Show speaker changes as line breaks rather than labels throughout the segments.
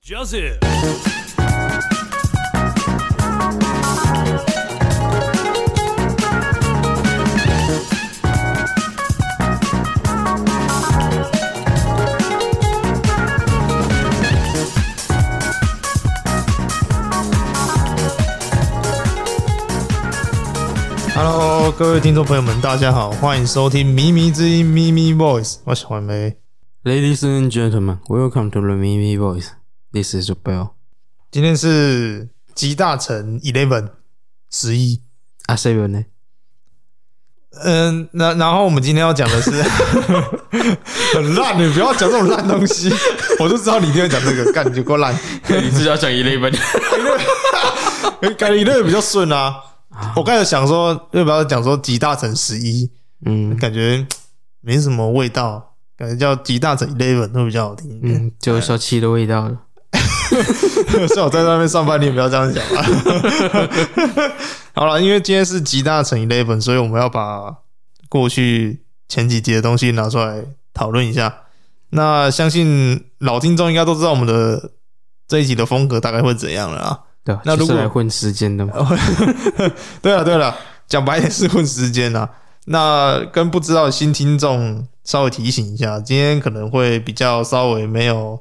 Joseph。
Hello，各位听众朋友们，大家好，欢迎收听《咪咪之音》咪咪 Voice，我喜欢没？
Ladies and gentlemen, welcome to the Mimi Voice. This is Bell.
今天是集大成 Eleven 十一，
啊，谁有呢？
嗯，然然后我们今天要讲 的是很烂，你不要讲这种烂东 西，我就知道你一定会讲这个，干你就够烂，
你至少讲一类吧。
感觉你那个比较顺啊。我刚才有想说要不要讲说集大成十一，
嗯
感觉没什么味道，感觉叫集大成 Eleven 会比较好听一点。
嗯，就是小气的味道了。
所以我在那边上班，你也不要这样想 啊。好了，因为今天是极大乘 eleven，所以我们要把过去前几集的东西拿出来讨论一下。那相信老听众应该都知道我们的这一集的风格大概会怎样了啊。
对啊，
那如
就
果哦
是来混时间的嘛。
对了对了，讲白点是混时间啦。那跟不知道的新听众稍微提醒一下，今天可能会比较稍微没有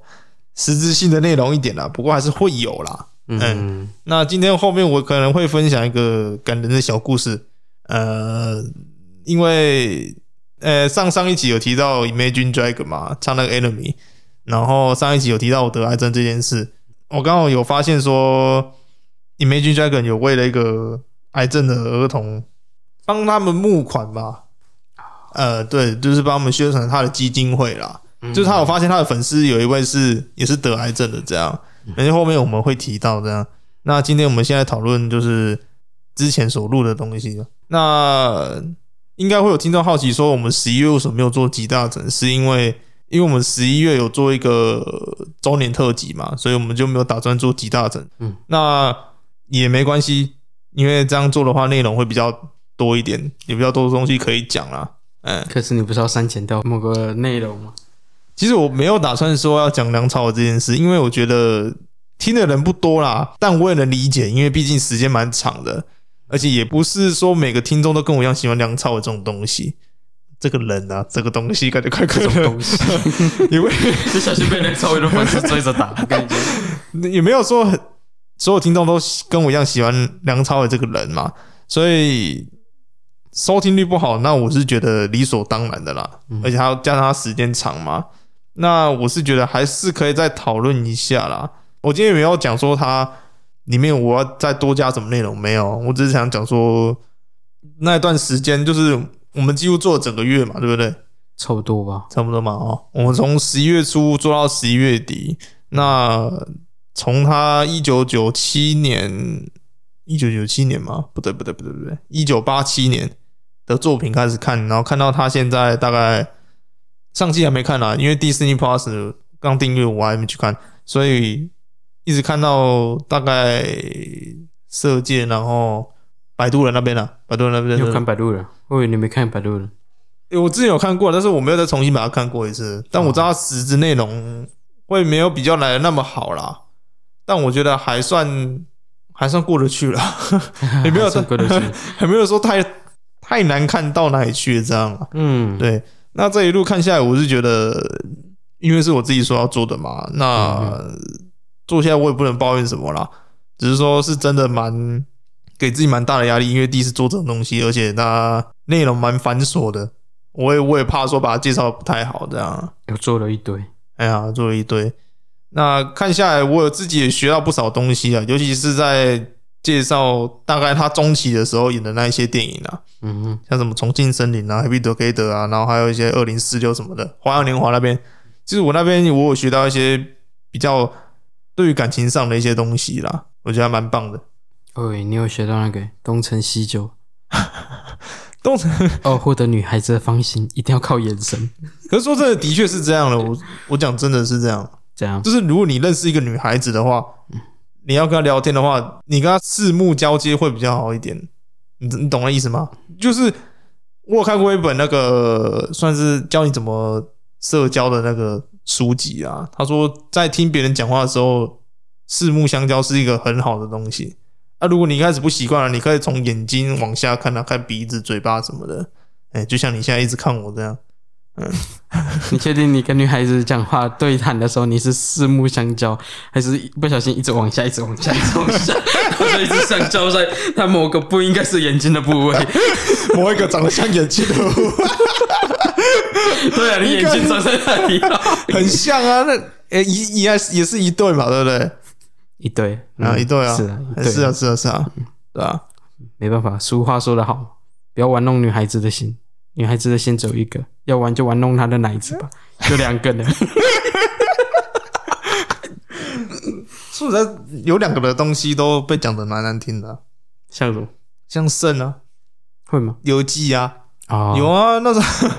实质性的内容一点啦，不过还是会有啦。
嗯，
那今天后面我可能会分享一个感人的小故事，呃，因为呃上上一集有提到 Imagine Dragon 嘛，唱那个 Enemy，然后上一集有提到我得癌症这件事，我刚好有发现说 Imagine Dragon 有为了一个癌症的儿童帮他们募款吧，呃，对，就是帮他们宣传他的基金会啦。
嗯
就是他有发现他的粉丝有一位是也是得癌症的，这样，而且后面我们会提到这样。那今天我们现在讨论就是之前所录的东西。那应该会有听众好奇说，我们十一月为什么没有做集大成？是因为因为我们十一月有做一个呃周年特辑嘛，所以我们就没有打算做集大成。
嗯，
那也没关系，因为这样做的话，内容会比较多一点，也比较多的东西可以讲啦。嗯，
可是你不是要删减掉某个内容 吗？
其实我没有打算说要讲梁朝伟这件事，因为我觉得听的人不多啦，但我也能理解，因为毕竟时间蛮长的，而且也不是说每个听众都跟我一样喜欢梁朝伟这种东西。这个人啊，这个东西感觉快快
这种东西，
因为
就小心被人稍微的粉丝追着打。
也没有说很所有听众都喜跟我一样喜欢梁朝伟这个人嘛，所以收听率不好，那我是觉得理所当然的啦。而且他加上他时间长嘛，那我是觉得还是可以再讨论一下啦。我今天也没有讲说他里面我要再多加什么内容，没有，我只是想讲说那一段时间就是我们几乎做了整个月嘛，对不对？
差不多吧。
差不多嘛哦，我们从十一月初做到十一月底，那从他一九九七年，一九九七年吗？不对不对不对不对，一九八七年的作品开始看，然后看到他现在大概上季还没看啦、因为 Disney Plus 刚订阅，我还没去看，所以一直看到大概色戒，然后摆渡人那边了、摆渡人那边
你
的
有看百度了？我以为你没看百度了。
欸我之前有看过，但是我没有再重新把它看过一次。但我知道它实质内容会没有比较来的那么好啦，但我觉得还算还算过得去了，也没有
还算过得去。
还没有说太太难看到哪里去这样啊啦。
嗯，
对，那这一路看下来，我是觉得，因为是我自己说要做的嘛，那做下来我也不能抱怨什么啦，只是说是真的蛮给自己蛮大的压力，因为第一次做这种东西，而且它内容蛮繁琐的，我也我也怕说把它介绍得不太好这样。
有做了一堆。
哎呀，做了一堆。那看下来，我有自己也学到不少东西啊，尤其是在介绍大概他中期的时候演的那一些电影啊，
嗯哼，
像什么重庆森林啊、Happy d o g a t e 啊，然后还有一些二零四六什么的，花样年华那边，其实我那边我有学到一些比较对于感情上的一些东西啦，我觉得还蛮棒的。
哦，你有学到那个东成西就
东成，
哦，获得女孩子的芳心一定要靠眼神，
可是说真的，的确是这样的。我我讲真的是这样，
这样
就是如果你认识一个女孩子的话，你要跟她聊天的话，你跟她四目交接会比较好一点。你你懂那意思吗？就是我有看过一本那个算是教你怎么社交的那个书籍啊，他说在听别人讲话的时候，四目相交是一个很好的东西。啊，如果你一开始不习惯了，你可以从眼睛往下看啊，看鼻子、嘴巴什么的。哎、就像你现在一直看我这样，
你确定你跟女孩子讲话对谈的时候，你是四目相交，还是不小心一直往下，一直往下，一直往 下，
我就一直想交在他某个不应该是眼睛的部位。
某一个长得像眼睛的 物
对啊，你眼睛长在那里、
很像啊，那哎、一也也是一对嘛，对不对？
一对
啊，
嗯
一对啊，
是啊，一对
是啊，，是啊，是啊，对啊。
没办法，俗话说得好，不要玩弄女孩子的心，女孩子的心只有一个，要玩就玩弄她的奶子吧，就两 个呢。
说实在，有两个的东西都被讲的蛮难听的啊、
像什么？
像肾啊、
会吗？
邮寄啊，
啊、
有啊。那时候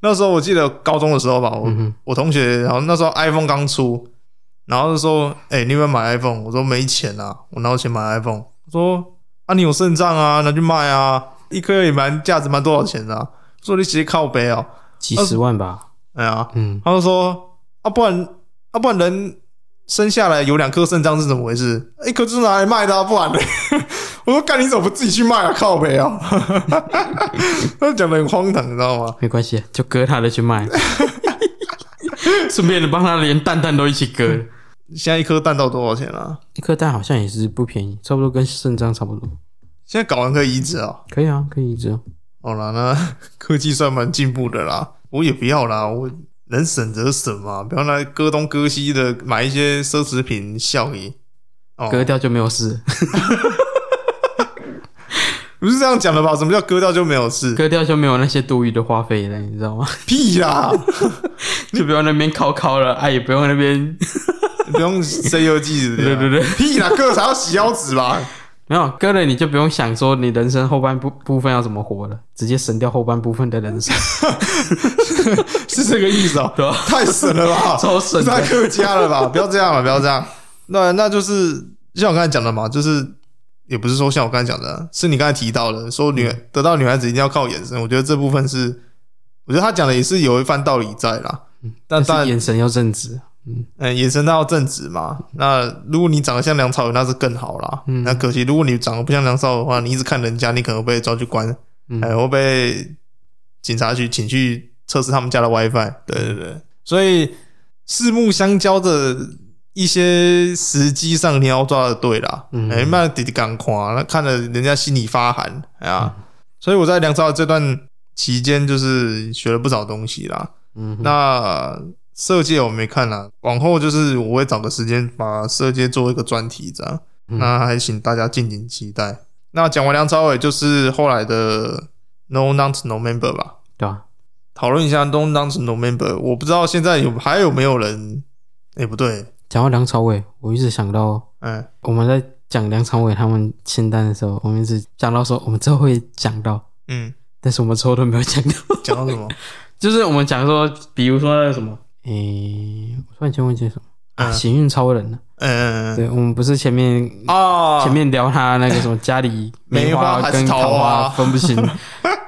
那时候我记得高中的时候吧，我、
嗯哼，
我同学，然后那时候 iPhone 刚出，然后就说：“哎、你有没有买 iPhone？” 我说：“没钱啊，我哪有钱买 iPhone？” 他说：“啊，你有肾脏啊，拿去卖啊，一颗也蛮价值蛮多少钱的、啊。”说你直接靠背哦，
几十万吧。
哎呀，
嗯，
他就说：“啊，不然啊，不然人生下来有两颗肾脏是怎么回事？一颗就是拿来卖的、啊，不然呢？” 我说：“干，你怎么不自己去卖啊？靠背啊！” 他讲的很荒唐，你知道吗？
没关系，就割她的去卖， 顺便的帮她连蛋蛋都一起割。
现在一颗蛋到多少钱啊？
一颗蛋好像也是不便宜，差不多跟肾脏差不多。
现在睾丸可以移植啊、
可以啊，可以这样。
好啦，那 科技算蛮进步的啦，我也不要啦，我能省则省嘛，不要来割东割西的买一些奢侈品效益。哦，
割掉就没有 事，
不是这样讲的吧？什么叫割掉就没有事？
割掉就没有那些多余的花费了，你知道吗？
屁啦！
就不用那边靠靠了，哎，也不用那边，
你不用 C U G 的，
对对对，
屁啦，割才要洗腰子吧？
没有割了你就不用想说你人生后半部部分要怎么活了，直接省掉后半部分的人生，
是这个意思哦、
对啊
太省了 吧？
超省
太
的。
客家了吧？不要这样了，不要这样。那那就是像我刚才讲的嘛，就是也不是说像我刚才讲的，是你刚才提到的，说女、
嗯
得到女孩子一定要靠眼神。我觉得这部分是，我觉得他讲的也是有一番道理在啦。但当
嗯但是
然，
眼神要正直。
嗯，眼神要正直嘛。那如果你长得像梁朝伟，那是更好啦。
嗯
那可惜，如果你长得不像梁朝伟的话，你一直看人家，你可能会被抓去关，
嗯
还会被警察局请去测试他们家的 WiFi。对对对，所以四目相交的一些时机上，你要抓的对啦。
嗯
哎、那弟弟赶快，那看了人家心里发寒，哎呀。所以我在梁朝伟这段期间，就是学了不少东西啦。
嗯哼，
那色戒我没看啦、往后就是我会找个时间把色戒做一个专题这样，
嗯
那还请大家敬请期待。那讲完梁朝伟，就是后来的 No Not No Member 吧，
对啊吧？
讨论一下 No Not No Member。我不知道现在有还有没有人，哎、不对，
讲到梁朝伟，我一直想到
嗯，
我们在讲梁朝伟他们清单的时候，我们一直讲到说我们之后会讲到，
嗯，
但是我们之后都没有讲到。
讲到什 么？
就是我们讲说，
比如说那个什么，
诶、我突然间忘记什么啊，
嗯
行运超人了。
嗯，
对，我们不是前面
啊，
前面聊他那个什么家里
梅花
花
还是
跟
桃
桃
花
分不 清，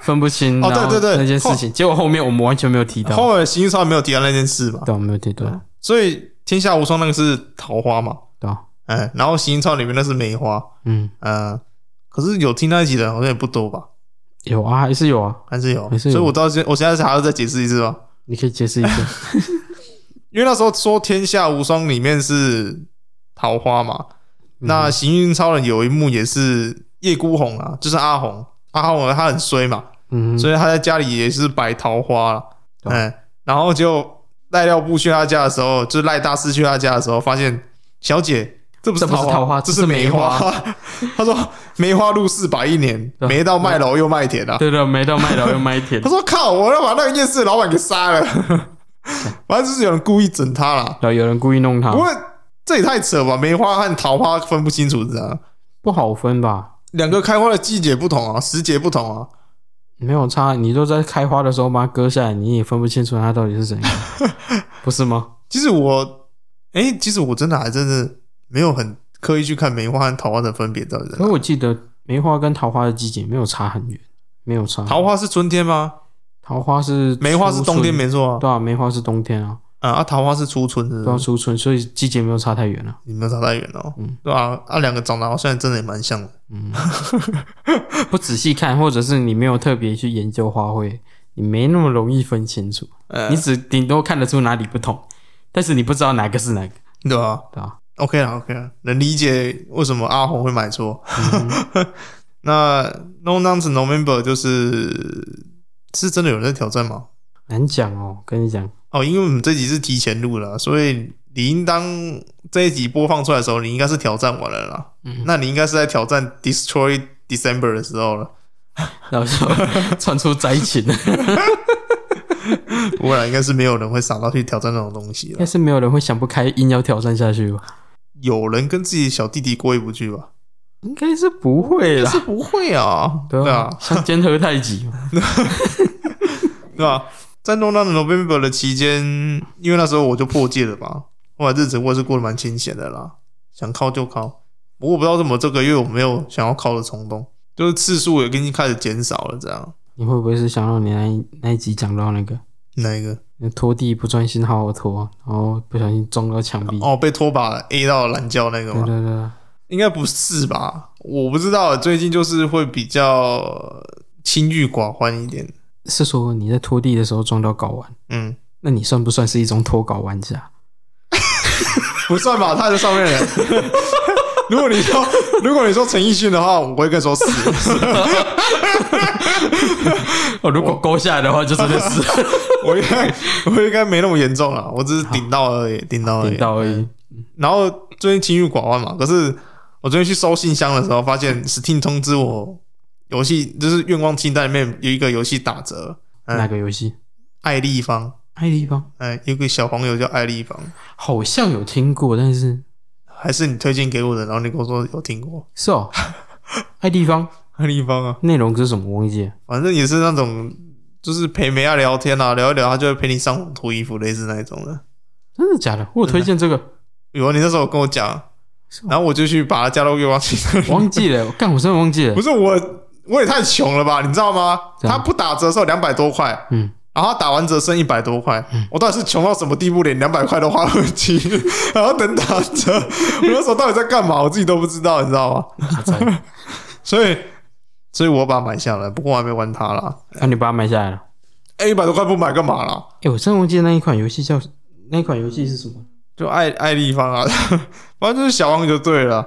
分不清。
哦
然后
对对对
那件事情，结果后面我们完全没有提到，
后来邢玉超没有提到那件事嘛，
对，啊我没有提到，
所以天下无双那个是桃花嘛，
对啊吧？
哎、然后邢玉超里面那是梅花，
嗯，
呃，可是有听那一集的人好像也不多吧，
有啊，还是有啊，
还是有，
还是有
所以我到现我现在还要再解释一次吧，
你可以解 释一下。
因为那时候说《天下无双》里面是桃花嘛，
嗯
那《行运超人》有一幕也是叶孤鸿啊，就是阿红，阿红他很衰嘛，
嗯，哦
所以他在家里也是摆桃花了，
对
嗯，然后就赖廖布去他家的时候，就赖大师去他家的时候，发现小姐。这不是
这不是桃花
这
这
是
是
梅
梅花哦
花。 他说：“梅花入世百一年，
对
梅到卖楼又卖田啊。”
对对，没到卖了又卖 甜
他，说：“靠，我要把那个夜市的老板给杀了。” 反正就是有人故意整他啦。
然后有人故意弄他
不，过这也太扯吧，梅花和桃花分不清楚是吧？
不好分吧？
两个开花的季节不同啊，时节不同啊。
没有差，你都在开花的时候把它割下来，你也分不清楚它到底是 怎样，不是吗？
其实我，哎、其实我真的还真的没有很刻意去看梅花和桃花的分别到底在
可
哪。
我记得梅花跟桃花的季节没有差很远，没有差。
桃花是春天吗？
桃花是
梅花是
初
冬
春
天，没错啊。
对啊，梅花是冬天啊。
啊，啊桃花是初春是
都
不
要
是，
初春，所以季节没有差太远 啊了。
你没有差太远哦，
嗯
对啊，啊，两个长得好像真的也蛮像的，
不仔细看，或者是你没有特别去研究花卉，你没那么容易分清楚。
呃
你，只顶多看得出哪里不同，但是你不知道哪个是哪个，
对吧
对吧？
？OK 啊，OK 啊，能理解为什么阿红会买错。
嗯
那 No n o n s November 就是是真的有人在挑战吗？
难讲哦，跟你讲，
哦，因为我们这集是提前录了，所以你应当这一集播放出来的时候，你应该是挑战完了啦。
嗯
那你应该是在挑战 Destroy December 的时候了，
然 后就传出灾情了，
不然应该是没有人会傻到去挑战那种东西
应
了
该。是没有人会想不开，硬要挑战下去吧？
有人跟自己小弟弟过意不去吧？
应该是不会
是
啦，
不会啊，
对啊，像兼合太极嘛，
对啊吧？在 No n o n November 的期间，因为那时候我就破戒了嘛，后来日子我也是过得蛮清闲的啦，想靠就靠。不过我不知道怎么这个月我没有想要靠的冲动，就是次数也已经开始减少了，这样。
你会不会是想让你那一那一集讲到那个
哪一个？
那拖地不专心好好拖，然后不小心撞到墙壁？
哦，被拖把 A 到懒觉那个
对
吗？
对对，
应该不是吧？我不知道，最近就是会比较清郁寡欢一点。
是说你在拖地的时候撞到睾丸，
嗯，
那你算不算是一种拖睾玩家？
不算吧，他在上面人。 如果你说如果你说陈奕迅的话，我会跟你说是。
哦，如果勾下来的话，就真的是
我应该我应该没那么严重了，我只是顶到而已，顶到而已
顶。到而已。
然后最近清郁寡欢嘛，可是我昨天去收信箱的时候，发现 Steam 通知我游戏就是愿望清单里面有一个游戏打折，
哪个游戏？
爱立方。
爱立方
哎，有个小黄油叫爱立方，
好像有听过，但是
还是你推荐给我的，然后你跟我说有听过
是 哦，爱立方
爱立方啊，
内容是什么？忘记了。
反正也是那种就是陪梅亚聊天啊，聊一聊，他就会陪你上网脱衣服，类似那一种的。
真的假的？我有推荐这个，
有啊，你那时候有跟我讲
是，吗
然后我就去把它加到愿望清单里。
忘记了。我干，我真的忘记了
不。是我，我也太穷了吧，你知道吗？
怎
他
样
不打折的时候两百多块，
嗯，
然后打完折剩一百多块，我到底是穷到什么地步，连两百块都花不起， 然后等打折，我那时候到底在干嘛，我自己都不知道，你知道吗？
阿仔，
所以，所以我把它买下来，不过我还没玩它啦。
那啊你把它买下来了？
哎，一百多块不买干嘛啦？
哎，我真的忘记那一款游戏叫那一款游戏是什么？
就爱爱立方啊， 反正就是小王就对了。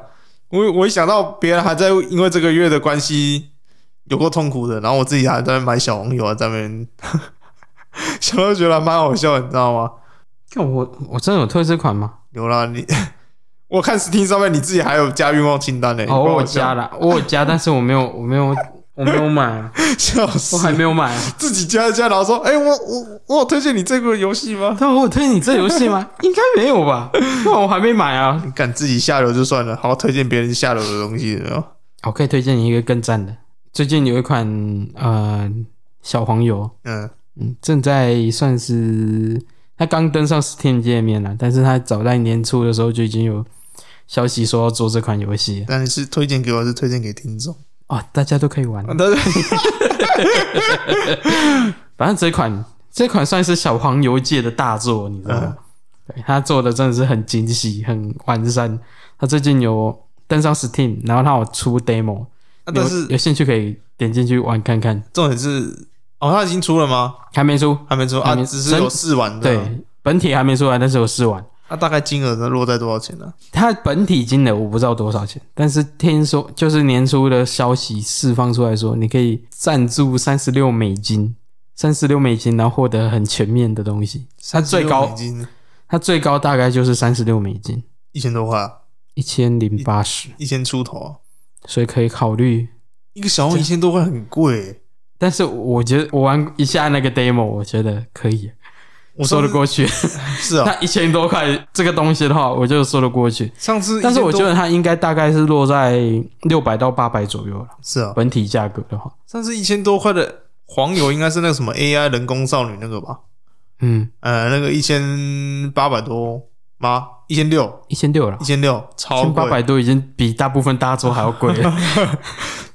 我我一想到别人还在因为这个月的关系有过痛苦的，然后我自己还在那边买小黄油啊，在那边 想到觉得还蛮好笑的，你知道吗？
看我，我真的有推这款吗？
有啦，你 我看 Steam 上面你自己还有加愿望清单呢、你
哦，
帮
我有
加
加了，我有 加，但是我没有，我没有，我没有买啊，
笑死，
我还没有买啊。
自己加一加，然后说，哎、我我我有推荐你这个游戏吗？
但我有推你这游戏 吗？应该没有吧？那我还没买啊。
你敢自己下流就算了，还要推荐别人下流的东西，然后
我可以推荐你一个更赞的，最近有一款呃小黄油，
嗯，
嗯，正在算是它刚登上 Steam 界面了，但是它早在年初的时候就已经有消息说要做这款游戏
但是推荐给我还是推荐给听众，
哦，大家都可以玩。
但是
反正这款这款算是小黄油界的大作，你知道
嗯
吗？对，它做的真的是很精细、很完善。它最近有登上 Steam，然后它有出 demo，
啊但
有
是
有兴趣可以点进去玩看看，
重点是，哦，它已经出了吗？
还没出。
还没出
还
啊，
没
只是有试玩的。，
对，本体还没出来，但是有试玩。
那、大概金额呢落在多少钱呢、
它本体金额我不知道多少钱，但是听说就是年初的消息释放出来说，你可以赞助三十六美金，三十六美金，然后获得很全面的东西。它最
已
高，
经
它最高大概就是三十六美金，
一千多块、啊，
一千零八十，
一千出头、啊，
所以可以考虑。
一个小红一千多块很贵、欸。
但是我觉得我玩一下那个 demo，我觉得可以，
我
说
上
得
次
过去。
是啊，
那一千多块这个东西的话，我就说得过去。
上次
但是我
1000
觉
多
得它应该大概是落在六百到八百左右了，
是啊，
本体价格的话，
上次一千多块的黄油应该是那个什么 AI 人工少女那个吧？
嗯。
呃，那个一千八百多吗？一千六，
一千六了
一，千六，超
千八
贵
百。多已经比大部分大洲还要贵了。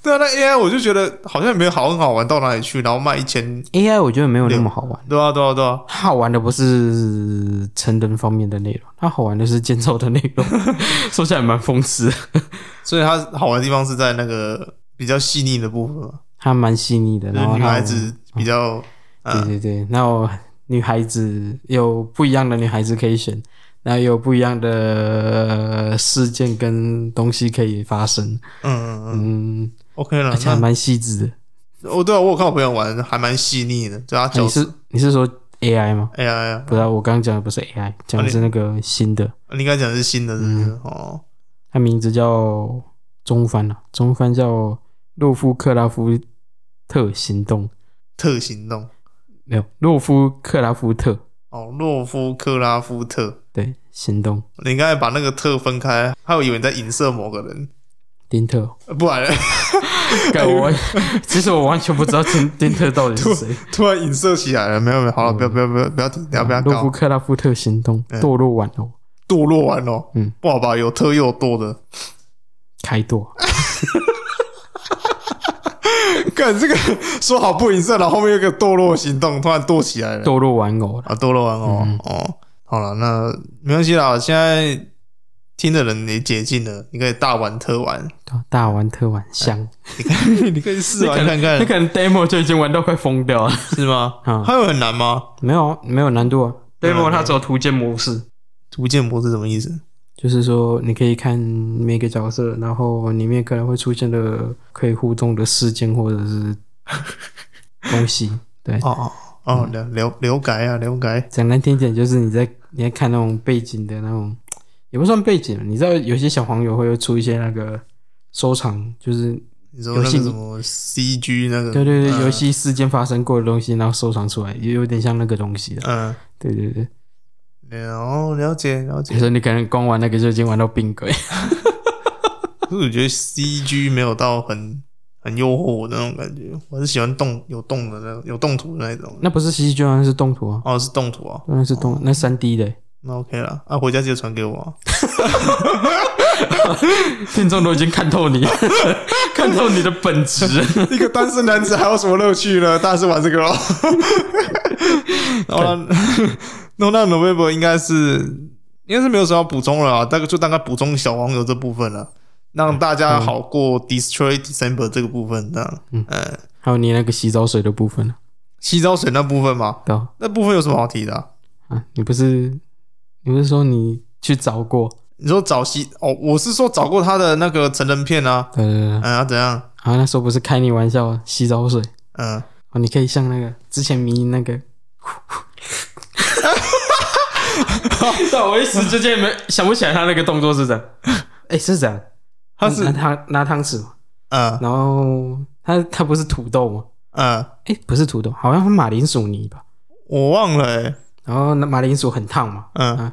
对啊，那 AI 我就觉得好像也没有好很好玩到哪里去，然后卖一千，
AI 我觉得没有那么好玩，
对啊，对啊，对啊，
它好玩的不是成人方面的内容，它好玩的是建造的内容， 说起来蛮讽刺的，
所以它好玩的地方是在那个比较细腻的部分嘛，
它蛮细腻的。
就
然
是
后
女
它
孩子比较，
对
嗯，
对对，然后女孩子有不一样的女孩子可以选，然后有不一样的呃事件跟东西可以发生，
嗯嗯嗯
嗯，
，OK 了
而。且还蛮细致的。
那哦，对啊，我有看我朋友玩，还蛮细腻的，就他
你
角色，
是你是说 AI 吗？
哎呀哎呀，
不是啊、我刚刚讲的不是 AI，讲
啊
的是那个新的，
你刚才讲的是新的，是不是？
嗯
哦，
它名字叫中翻啊，中翻叫洛夫克拉夫特行动，
特行动，
没有洛夫克拉夫特
哦，洛夫克拉夫特，
对行动
你刚才把那个特分开，还有以为你在影射某个人，
丁特。哦
呃不然
干我，其实我完全不知道丁丁特到底是谁。
突然影射起来了。没有没有，好了，
嗯
不要不要不要不要啊停，不要不要
啊洛夫
搞
克拉夫特行动
嗯
堕落玩偶
堕落完哦，
嗯，
不好吧？有特又有堕的，
开堕，
干这个说好不影射，然后后面有个堕落行动，突然堕起来了
堕落玩偶了。
啊，堕落完哦、
嗯
哦，好了，那没关系啦，现在听的人也解禁了，你可以大玩特 玩，
啊大玩特玩香，
你可以你可以试玩看
那
看，
可能 demo 就已经玩到快疯掉了。
是吗？
嗯
它有很难吗？
没有啊没有难度啊，demo 它只有图鉴模式，
图鉴模式什么 意思？
就是说你可以看每个角色，然后里面可能会出现的可以互动的事件或者 是东西。对，
哦哦哦，了了了解啊，了解，
讲难听一点，就是你在你在看那种背景的那种，也不算背景，你知道有些小黄油会出一些那个收藏，就是
你说那个
游戏
什么 CG 那个？
对对对，
嗯
游戏事件发生过的东西，然后收藏出来，也有点像那个东西的。
嗯，
对对对，
了了解了解
所。以你可能光玩那个就已经玩到病鬼。
可是我觉得 CG 没有到很很诱惑我的那种感觉，我还是喜欢动有动的那种有动图的那种。
那不是戏剧，那是动图啊，
哦，是动图啊，
那是动，那三 D 的。
那 OK 了。啊，回家记得传给我、啊。
听众都已经看透 你，看透你的本质。
一个单身男子还有什么乐趣呢？当然是玩这个 喽。然后呢 No n November 应该是应该是没有什么要补充了啊，大概就大概补充小黄油这部分了，让大家好过 Destroy December 这个部分这样。嗯
嗯，还有你那个洗澡水的部分啊，
洗澡水那部分嘛，
对吧
那部分有什么好提的啊、
啊，你不是你不是说你去找过？
你说找西哦，我是说找过他的那个成人片啊，
对对对，
嗯，啊怎样？
啊，那时候不是开你玩笑，洗澡水
嗯，
啊，你可以像那个之前迷那 个，但啊我一时之间没想不起来他那个动作是怎样， 哎、是怎样？
他是
拿汤拿汤匙嘛，
嗯
然后他他不是土豆吗？
嗯，
哎、不是土豆，好像是马铃薯泥吧？
我忘了、欸，
然后那马铃薯很烫嘛
嗯，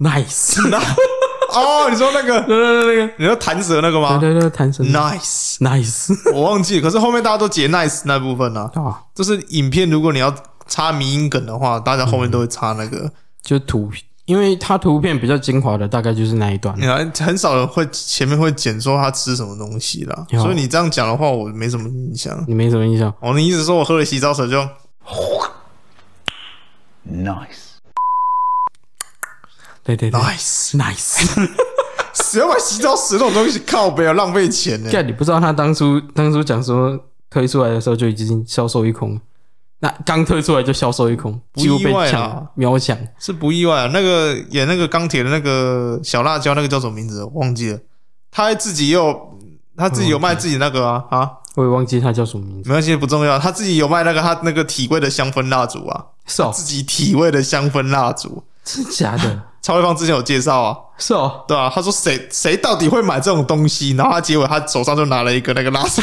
，nice，
那哦，你说那个，
对对对
你说弹舌那个吗
对对对，弹神
？Nice。
nice，
我忘记，可是后面大家都截 nice 那部分啊，
啊，
就是影片如果你要插迷音梗的话，大家后面都会插那个，
就图片，因为它图片比较精华的大概就是那一段
你，看很少人会前面会剪说他吃什么东西啦，
有
所以你这样讲的话，我没什么印象。
你没什么印象？
哦，你一直说我喝了洗澡水就
Nice.
对对对
nice，
nice，
谁要买洗澡水这种东西靠背啊，浪费钱呢、
干你不知道他当初当初讲说推出来的时候就已经销售一空了，那刚推出来就销售一空，
不
几乎被
意外
抢
啦
秒抢，
是不意外啊。那个演那个钢铁的那个小辣椒，那个叫什么名字？我忘记了。他自己也有他自己有卖自己那个啊啊，
我也忘记他叫什么名字，
没关系，不重要。他自己有卖那个他那个体味的香氛蜡烛啊，
是哦，
自己体味的香氛蜡烛。
真假的，
超立方之前有介绍啊，
是哦，
对啊，他说谁谁到底会买这种东西？然后他结尾他手上就拿了一个那个蜡烛，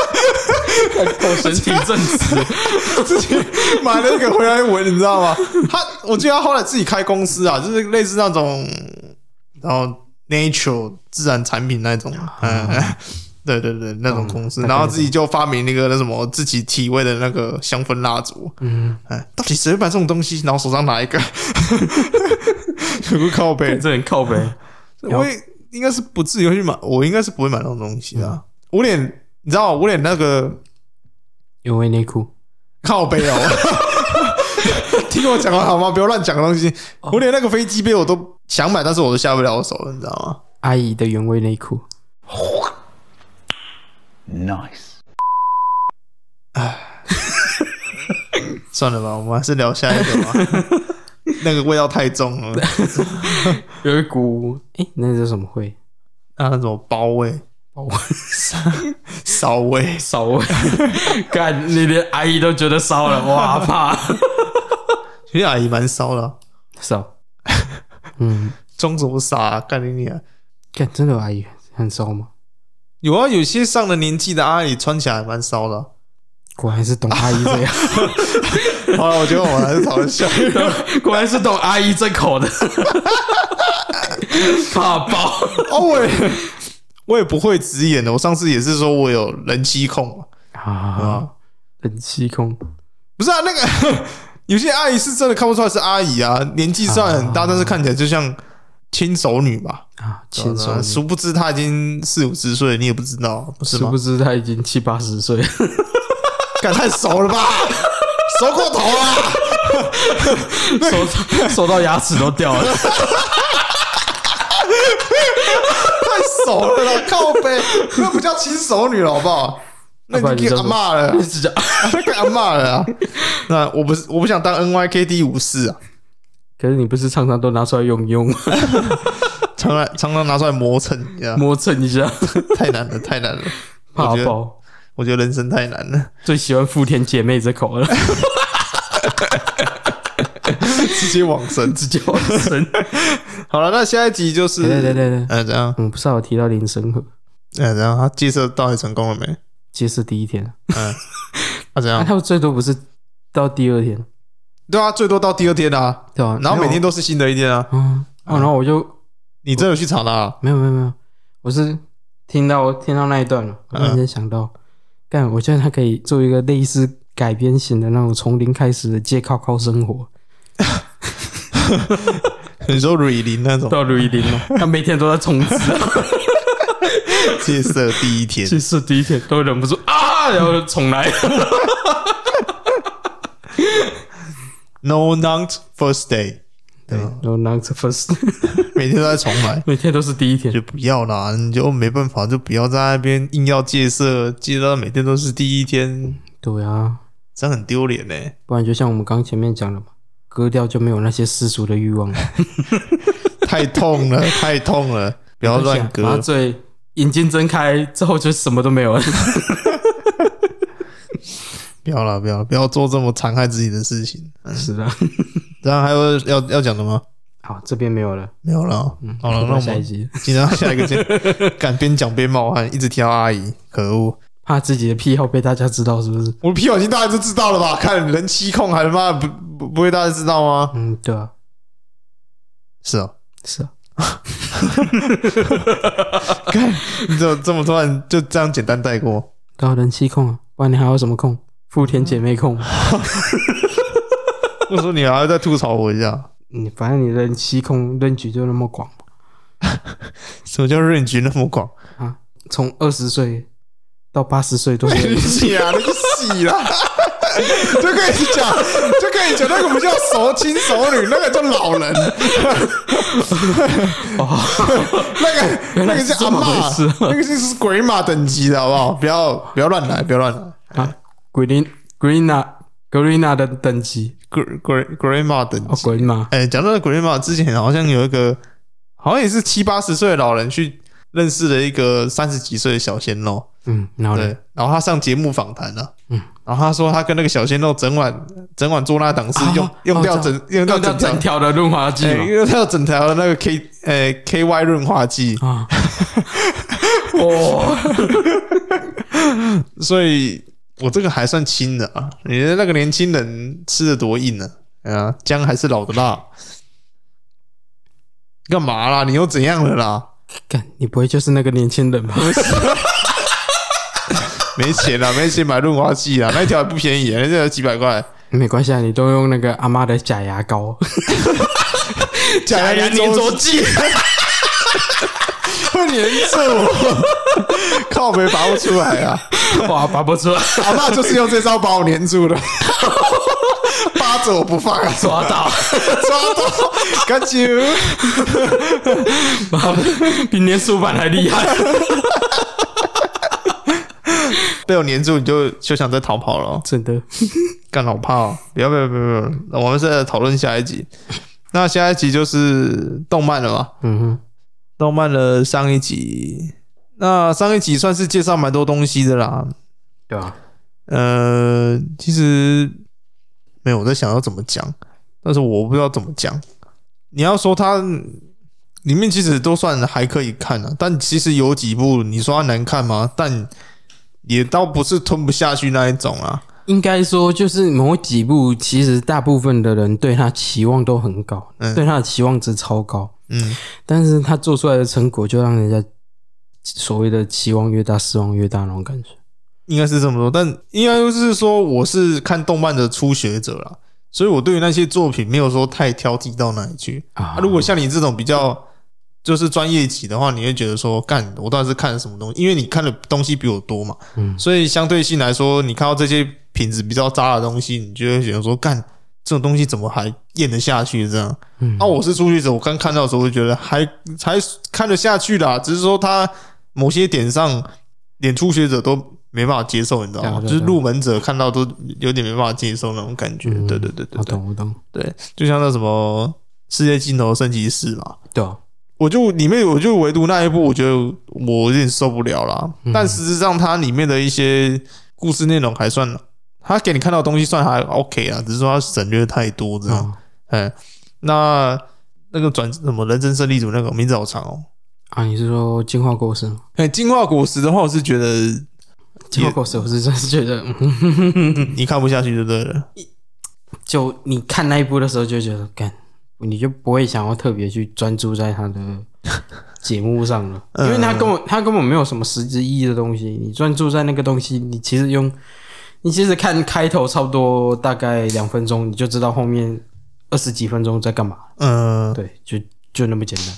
我身体正直，
自己买了一个回来闻，你知道吗？ 他我记得他后来自己开公司啊，就是类似那种然后 natural 自然产品那种，嗯， 对对对，啊那种公司，
嗯
然后自己就发明那个那什么自己体味的那个香氛蜡烛，
嗯，
哎，到底谁会买这种东西？然后手上拿一个， 有个靠背，
这很靠北。
我也应该是不至于会去买，我应该是不会买那种东西的啊。我连你知道，我连那个
原味内裤，
靠背哦， 听我讲完好吗？不要乱讲东西。我连那个飞机杯我都想买，但是我都下不了手，你知道吗？
阿姨的原味内裤，
Nice.
算了吧，我们还是聊下一 个吧。那个味道太重了，
有一股哎、那叫什么味？
那那种啊包味、
包味
骚味，
骚味， 干你连阿姨都觉得骚了， 哇怕
其实阿姨蛮骚的啊，
骚。嗯，
装什么傻、啊？干你娘！
干真的有阿姨很骚吗？
有啊，有些上了年纪的阿姨穿起来还蛮骚的 啊、
果然是懂阿姨这样，
好了，我觉得我们还是讨论下一个。
果然是懂阿姨这口 的，怕爆。
哦，我也 我也不会直言的。我上次也是说我有人妻控嘛，
啊
啊，，
冷气空，
不是啊，那个 有些阿姨是真的看不出来是阿姨啊，年纪虽然很大，
啊
但是看起来就像亲手女吧。
啊，牵手
对啊
女，
殊不知她已经四五十岁了，你也不知道，不是
殊
吗
不？知他已经七八十岁 了，
干太熟了 吧，熟过头了。
手手到牙齿都掉 了。
太熟了啦，靠背，那不叫亲手女了，好不好？那
啊不然
已经
你叫
给
什
阿
么
骂了，
是这样
那给阿骂了啊。那我不是我不想当 NYKD 武士啊，
可是你不是常常都拿出来用用吗，
常常常常拿出来磨蹭一 下，
磨蹭 一下，
太难了，太难了。
怕
我觉得，
爆。
我觉得人生太难了，
最喜欢富田姐妹这 口了，
直接往 生。
直接往生。
好了，那下一集就是，
对对对对，
呃，怎样？
我们不是还有提到林森和，
呃，怎样？他介绍到底成功了没？
这是第一天，
嗯，他怎
啊
样？
他们最多不是到第二天，
对啊，最多到第二天啊，
对吧？
然后每天
都，
都是新的一天啊。
嗯，哦，然后我就
你真的有去查他啊？
没有没有没有，我是听到听到那一段了，
嗯
我突然间想到，干、我觉得他可以做一个类似改编型的那种从零开始的借靠靠生活，
你说蕊林那种
到吕一林 了，他每天都在冲刺，
介绍第一天，
其实第一天都忍不住啊，然后就重来，
No Not First Day，
对，然后 not first，，
每天都在重来
每天都是第一天
就，不要啦，你就没办法，就不要在那边硬要戒色，戒到每天都是第一天，
对啊，
这样很丢脸呢。
不然就像我们刚前面讲的嘛，割掉就没有那些世俗的欲望了，
太痛 了，太痛了，不要乱
麻
割。
醉眼睛睁开之后就什么都没有 了，
不要了，不要啦，不要做这么残害自己的事情。
是的，
这样还有要要讲的吗？
好，这边没有了，
没有了。
嗯，
好了，那我
下一
们
集。
进到下一个见。 敢边讲边冒汗，一直挑阿姨，可恶！
怕自己的癖好被大家知道，是不是？
我的屁眼睛大家都知道了吧？看人妻控还他妈不不不会大家知道吗？
嗯，对啊，
是哦，
是啊，
看你怎么这么突然就这样简单带过？
都有人气控啊，不然你还有什么控？富田姐妹控，
嗯为什么你还要再吐槽我一下？
你反正你人气控论局就那么广嘛，
什么叫 range 那么广？
从二十岁到八十岁都 是
你
人气
写啊，你洗啦！ 就可以讲，就可以讲那个不叫熟亲熟女，那个叫老 人， 那个
哦原
那
来
个
是
是阿
这么
妈
回事啊，
那个就是鬼马等级的好不好？不要不要乱来，不要乱来。
啊。Green Greena Greena 的等级
Gr- Gr- grandma 等
哦
级。
，Green 嘛，
哎、讲到 grandma 之前，好像有一个，好像也是七八十岁的老人去认识了一个三十几岁的小鲜肉，
嗯，然后呢
对，然后他上节目访谈了，
嗯，
然后他说他跟那个小鲜肉整晚整晚做那档事，
啊
用用掉
哦
整用掉
用掉
整条
整，哦条的润滑剂
哎
嘛
用掉整条那个 K 呃 KY 润滑剂，
啊，哦，
所以我这个还算轻的啊，你的那个年轻人吃的多硬呢、啊？啊，姜还是老的辣，干嘛啦？你又怎样了啦？
干，你不会就是那个年轻人吧？
没钱了，没钱买润滑剂啊，那一条也不便宜，那条几百块，
没关系啊，你都用那个阿妈的假牙膏，
假牙
粘着剂，
会粘住我，靠没拔不出来啊！
哇，拔不出来，
阿爸就是用这招把我粘住的，扒着我不放啊，抓
抓到，
抓到，赶紧！
妈的比粘鼠板还厉害。
被我粘住你就就想再逃跑了哦，
真的，
干好怕哦！不要不要不要不要！那我们现在讨论下一集，那下一集就是动漫了嘛？
嗯哼，
动漫的上一集，那上一集算是介绍蛮多东西的啦。
对啊，
呃，其实没有我在想要怎么讲，但是我不知道怎么讲。你要说它里面其实都算还可以看啊，但其实有几部你说它难看吗？但也倒不是吞不下去那一种啊。
应该说就是某几部，其实大部分的人对他期望都很高，
嗯
对他的期望值超高，
嗯，
但是他做出来的成果就让人家所谓的期望越大，失望越大那种感觉。
应该是这么说，但应该就是说我是看动漫的初学者啦，嗯所以我对于那些作品没有说太挑剔到哪里去。
啊
啊，如果像你这种比较就是专业级的话，你会觉得说，干，我到底是看了什么东西？因为你看的东西比我多嘛，
嗯
所以相对性来说，你看到这些品质比较渣的东西，你就会觉得说，干，这种东西怎么还咽得下去？这样，
嗯
啊，我是初学者，我刚看到的时候，我就觉得还还看得下去啦，只是说他某些点上，连初学者都。没办法接受，你知道
对
吗
啊？对
就
啊
是入门者看到都有点没办法接受那种感觉。
嗯
对对对对
我
对
懂我懂，
对，就像那什么世界尽头升级四嘛，
对啊，
我就里面我就唯独那一部，我觉得我有点受不了啦。
嗯
但事实上，它里面的一些故事内容还算，它给你看到的东西算还 OK 啊，只是说它省略太多这样。
啊
哎、那那个转什么人生胜利组那个名字好长哦。
啊，你是说进化过程？
哎、进化果实的话，我是觉得嗯
进化过程，我是真是觉得，嗯
你看不下去就对了。
就你看那一部的时候就觉得，干，你就不会想要特别去专注在他 的节目上了，
嗯
因为他根本他根本没有什么实质意义的东西。你专注在那个东西，你其实用，你其实看开头差不多大概两分钟，你就知道后面二十几分钟在干嘛。
嗯、
对，就就那么简单。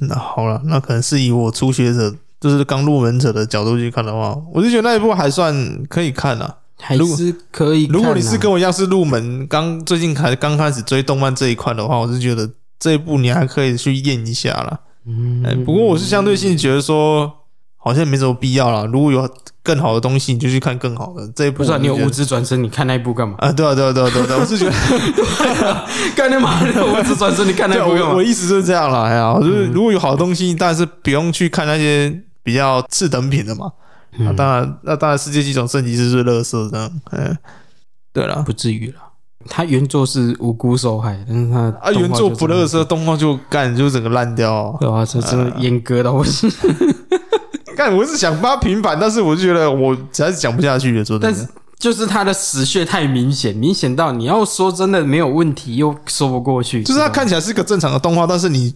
那好了，那可能是以我初学者，就是刚入门者的角度去看的话，我就觉得那一部还算可以看啊。
还
如果
是可以看啊、
如果你是跟我一样是入门，刚最近开刚开始追动漫这一块的话，我是觉得这一部你还可以去验一下啦。
嗯、
哎、不过我是相对性觉得说，好像没什么必要啦。如果有更好的东西，你就去看更好的。这一部
不是、啊、
我
你
就
有
觉得
无知转身，你看那一部干嘛？
啊？对啊，对啊，对啊，对啊，对啊我是觉得，
干你妈的无知转身，你看那
对
一
啊，
部干
我我
嘛？
意思就是这样啦。哎呀，就是如果有好的东西，但是不用去看那些比较次等品的嘛。
嗯
啊，当然，那当然，世界系统升级是最乐色的。嗯、对了，
不至于了。他原作是无辜受害，但是他的
啊，
动画
原作
就
不
真的
乐色，动画就干就整个烂掉、哦。
对啊，这真的阉割到不行。
干，我是想帮他平反，但是我就觉得我实在是讲不下去了，说真
但
的。
是就是他的死穴太明显，明显到你要说真的没有问题，又说不过去。
就是它
知道吗
看起来是个正常的动画，但是你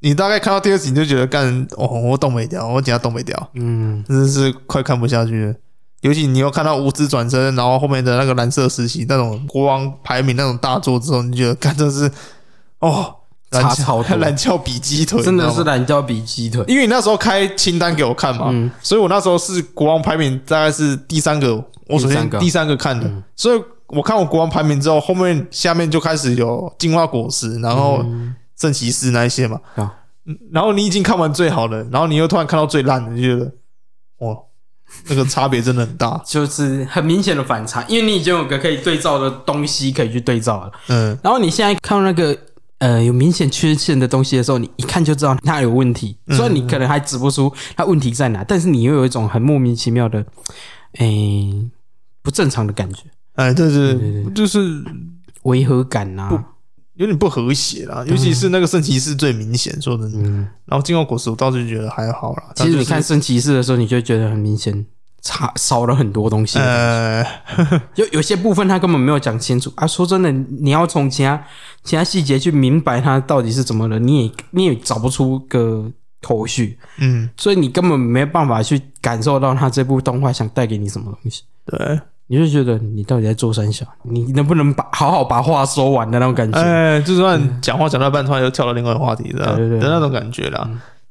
你大概看到第二集你就觉得干，哦，我动没掉，我讲动没掉，
嗯，
真的是快看不下去了。尤其你又看到无知转身，然后后面的那个蓝色实习那种国王排名那种大作之后，你就觉得干真的是哦，
差超多
蓝教比鸡腿，
真
你
的
知道
是
吗
懒觉比鸡腿。
因为你那时候开清单给我看嘛，
嗯
所以我那时候是国王排名大概是第三个，我首
第
先
三个嗯
第三个看的，所以我看我国王排名之后，后面下面就开始有进化果实，然后圣骑士那一些嘛，
啊，
嗯然后你已经看完最好的，然后你又突然看到最烂的，你就觉得哇，那个差别真的很大
就是很明显的反差，因为你已经有个可以对照的东西可以去对照了。
嗯，
然后你现在看到那个呃有明显缺陷的东西的时候，你一看就知道它有问题，
嗯
虽然你可能还指不出它问题在哪，但是你又有一种很莫名其妙的，诶、不正常的感觉，
哎，对对
对
对，就是
违和感啊呐、
有点不和谐啦，尤其是那个圣骑士最明显，说真的，
嗯，
然后进化果实我倒是觉得还好啦，
其实你
但
看
就是
圣骑士的时候，你就觉得很明显差少了很多东西，
呃。
有有些部分他根本没有讲清楚啊。说真的，你要从其他其他细节去明白他到底是怎么了，你也你也找不出个头绪，
嗯，
所以你根本没办法去感受到他这部动画想带给你什么东西。
对，
你就觉得你到底在做三小？你能不能把好好把话说完的那种感觉？
哎，就算讲话讲到一半，突然又跳到另外一个话题的
嗯对对对嗯
的那种感觉啦。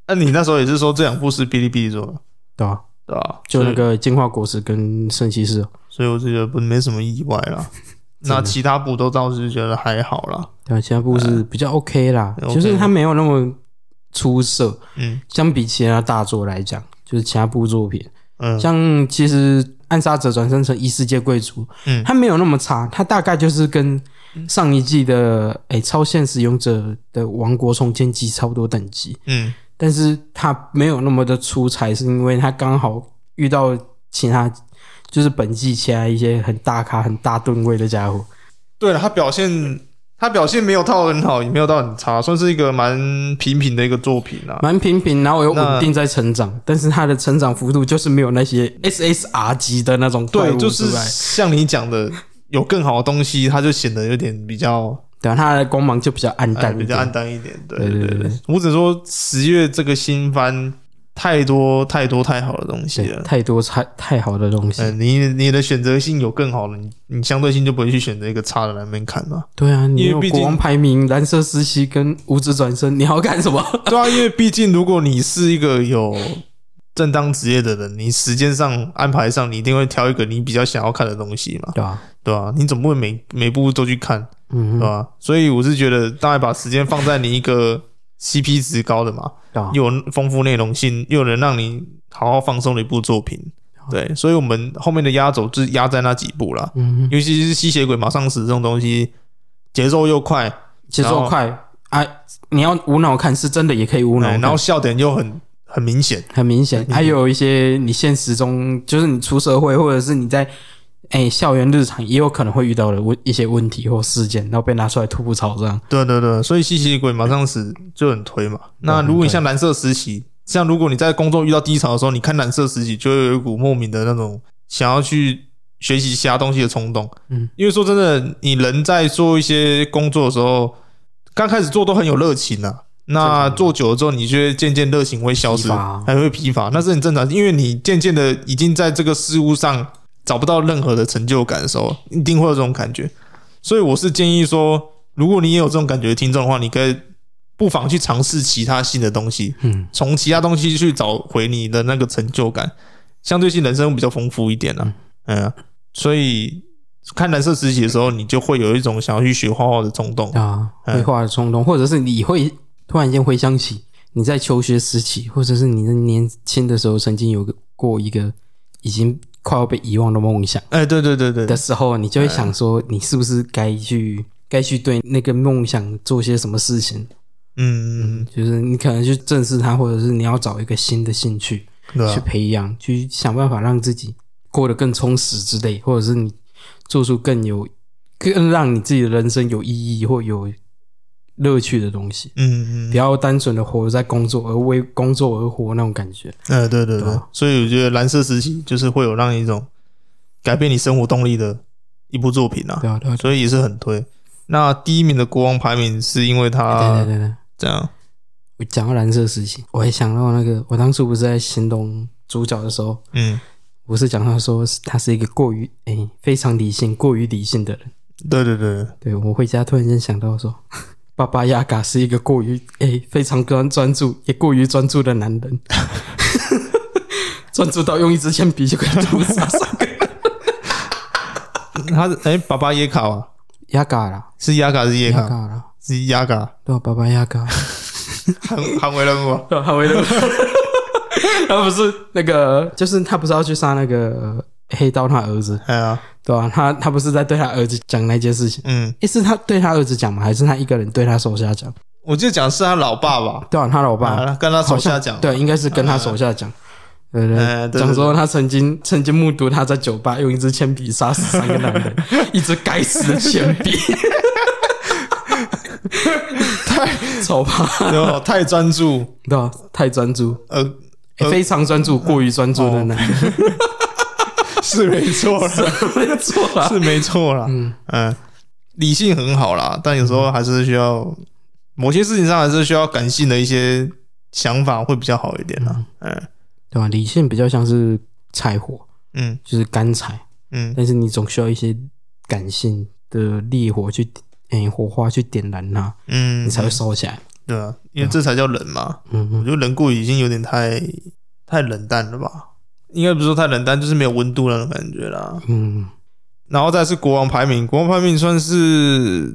那你那时候也是说这两部是哔哩哔哩做的，
对吧？
对吧？
就那个进化果实跟圣骑士，
所以，所以我是觉得不没什么意外啦。 那其他部都倒是觉得还好啦，
对啊吧？其他部是比较 OK 啦，
嗯
就是
OK
它没有那么出色。
嗯
相比其他大作来讲，就是其他部作品，
嗯，
像其实《暗杀者转生成异世界贵族》，
嗯
它没有那么差，它大概就是跟上一季的诶、超现实勇者的王国重建机差不多等级，
嗯
但是它没有那么的出彩，是因为它刚好遇到其他就是本季其他一些很大咖、很大吨位的家伙，
对了，他表现他表现没有到很好，也没有到很差，算是一个蛮平平的一个作品啦。
蛮平平，然后有
那
稳定在成长，
嗯
但是它的成长幅度就是没有那些 SSR 级的那种怪
对，
物
就是
出来
像你讲的，有更好的东西，它就显得有点比较
对啊，它的光芒就比较暗
哎
淡
比
一
较暗
点。
淡一点。对
对
对
对
对
对，
我只能说十月这个新番太多太多太好的东西
对，
了。
太多太太好的东西。
嗯，你你的选择性有更好的，你你相对性就不会去选择一个差的来面看嘛。
对啊，你
因为
有
毕竟
国王排名、蓝色时期跟五指转身，你还要干什么？
对啊，因为毕竟如果你是一个有正当职业的人，你时间上安排上，你一定会挑一个你比较想要看的东西嘛，
对啊，
对吧、你总不会每每部都去看，
嗯
对啊
哼，
吧、所以我是觉得，大概把时间放在你一个 CP 值高的嘛，
对啊，
又有丰富内容性，又能让你好好放松的一部作品。对，所以我们后面的压轴就是压在那几部啦，
嗯哼，
尤其是吸血鬼马上死这种东西，节奏又快，
节奏快啊！你要无脑看，是真的也可以无脑
哎
看，
然后笑点又很很明显。
很明显，还有一些你现实中，就是你出社会，或者是你在哎校园日常，也有可能会遇到的问一些问题或事件，然后被拿出来吐槽这样。
对对对，所以吸血鬼马上死就很推嘛。那如果你像蓝色时期，像如果你在工作遇到低潮的时候，你看蓝色时期，就会有一股莫名的那种想要去学习其他东西的冲动。
嗯，
因为说真的，你人在做一些工作的时候，刚开始做都很有热情啊。那做久了之后，你就会渐渐热情会消失
疲乏，
还会疲乏，那是很正常，因为你渐渐的已经在这个事物上找不到任何的成就感的时候，一定会有这种感觉。所以我是建议说，如果你也有这种感觉的听众的话，你可以不妨去尝试其他新的东西，
嗯，
从其他东西去找回你的那个成就感，相对性人生会比较丰富一点啦、嗯、所以看蓝色时期的时候，你就会有一种想要去学画画的冲动。
啊，绘画的冲动，或者是你会突然间回想起你在求学时期，或者是你在年轻的时候曾经有个过一个已经快要被遗忘的梦想
哎、对对对对
的，时候，你就会想说，你是不是该去该去对那个梦想做些什么事情？
嗯，
就是你可能去正视它，或者是你要找一个新的兴趣
对
去
啊，
培养，去想办法让自己过得更充实之类，或者是你做出更有更让你自己的人生有意义或有乐趣的东西。
嗯嗯
不，要单纯的活在工作而为工作而活那种感觉。
哎、对对对，
对啊
所以我觉得蓝色时期就是会有让你一种改变你生活动力的一部作品啊。
对啊，对啊，
所以也是很推。那第一名的国王排名是因为
对对
他
对对。
这样，
我讲到蓝色时期，我还想到那个，我当初不是在形容主角的时候，
嗯，
我是讲到说是他是一个过于哎、非常理性、过于理性的人。
对对对，
对我回家突然间想到说， 爸爸亚嘎是一个过于哎、非常专专注，也过于专注的男人， 专注到用一支铅笔就可以屠杀三个人
他是哎、爸爸耶卡啊，
亚嘎啦，
是亚卡还是耶
亚
卡，
嘎啦，
是亚卡，
对啊，爸爸亚嘎。
韩韩维人物啊，
他为 了，他不是那个，就是他不是要去杀那个呃黑道他儿子，
哎呀，
对吧、他他不是在对他儿子讲那件事情，
嗯，
诶，是他对他儿子讲吗？还是他一个人对他手下讲？
我记得讲是他老爸吧，
对啊，他老
啊
爸，
跟他手
好像
下讲，
对，应该是跟他手下讲。对对
哎对对
对，讲说他曾经曾经目睹他在酒吧用一支铅笔杀死三个 男人，一支该死的铅笔，太丑吧？
然后哦太专注，
对啊，太专注，
呃，
诶非常专注，过于专注的男人。
是没错啦，
没错 啦，
是哦没错啦，嗯理性很好啦，但有时候还是需要某些事情上还是需要感性的一些想法会比较好一点啦。嗯
对吧、理性比较像是柴火，
嗯
就是干柴，
嗯
但是你总需要一些感性的烈火去，诶、火花去点燃它，
嗯，
你才会烧起来。
对啊，因为这才叫人嘛。
嗯
我
嗯
觉得人过已经有点太太冷淡了吧。应该不是说太冷淡，就是没有温度那种感觉啦。
嗯，
然后再是国王排名《国王排名》，《算是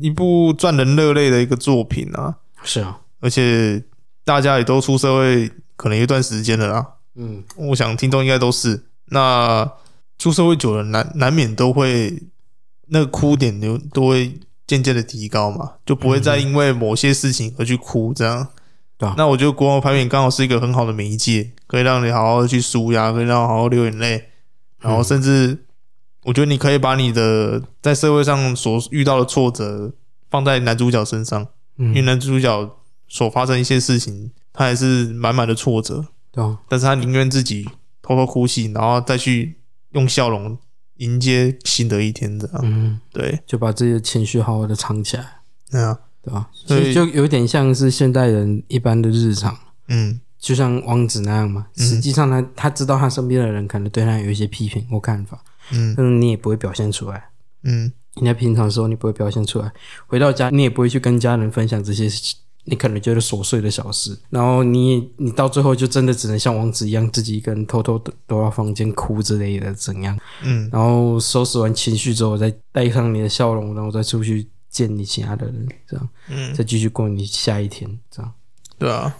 一部赚人热泪的一个作品啊，
是啊，
而且大家也都出社会可能有一段时间了啦，
嗯
我想听众应该都是。那出社会久了，难难免都会那个哭点都都会渐渐的提高嘛，就不会再因为某些事情而去哭这样。
嗯对啊
那我觉得国王排名刚好是一个很好的媒介，可以让你好好地去舒压，可以让你好好流眼泪，
嗯
然后甚至我觉得你可以把你的在社会上所遇到的挫折放在男主角身上，因为
嗯，
男主角所发生一些事情，他也是满满的挫折，
对啊，
但是他宁愿自己偷偷哭泣，然后再去用笑容迎接新的一天，这样、
嗯，
对，
就把自己的情绪好好的藏起来，
那样，
对吧、
所
所
以
以就有点像是现代人一般的日常，
嗯
就像王子那样嘛。
嗯
实际上他他知道他身边的人可能对他有一些批评或看法，
嗯
但是你也不会表现出来。
嗯
你在平常的时候你不会表现出来，回到家你也不会去跟家人分享这些你可能觉得琐碎的小事，然后你你到最后就真的只能像王子一样自己一个人偷偷地躲到房间哭之类的怎样，
嗯
然后收拾完情绪之后再带上你的笑容，然后再出去见你其他的人，这样
嗯，
再继续过你下一天，这样
对啊，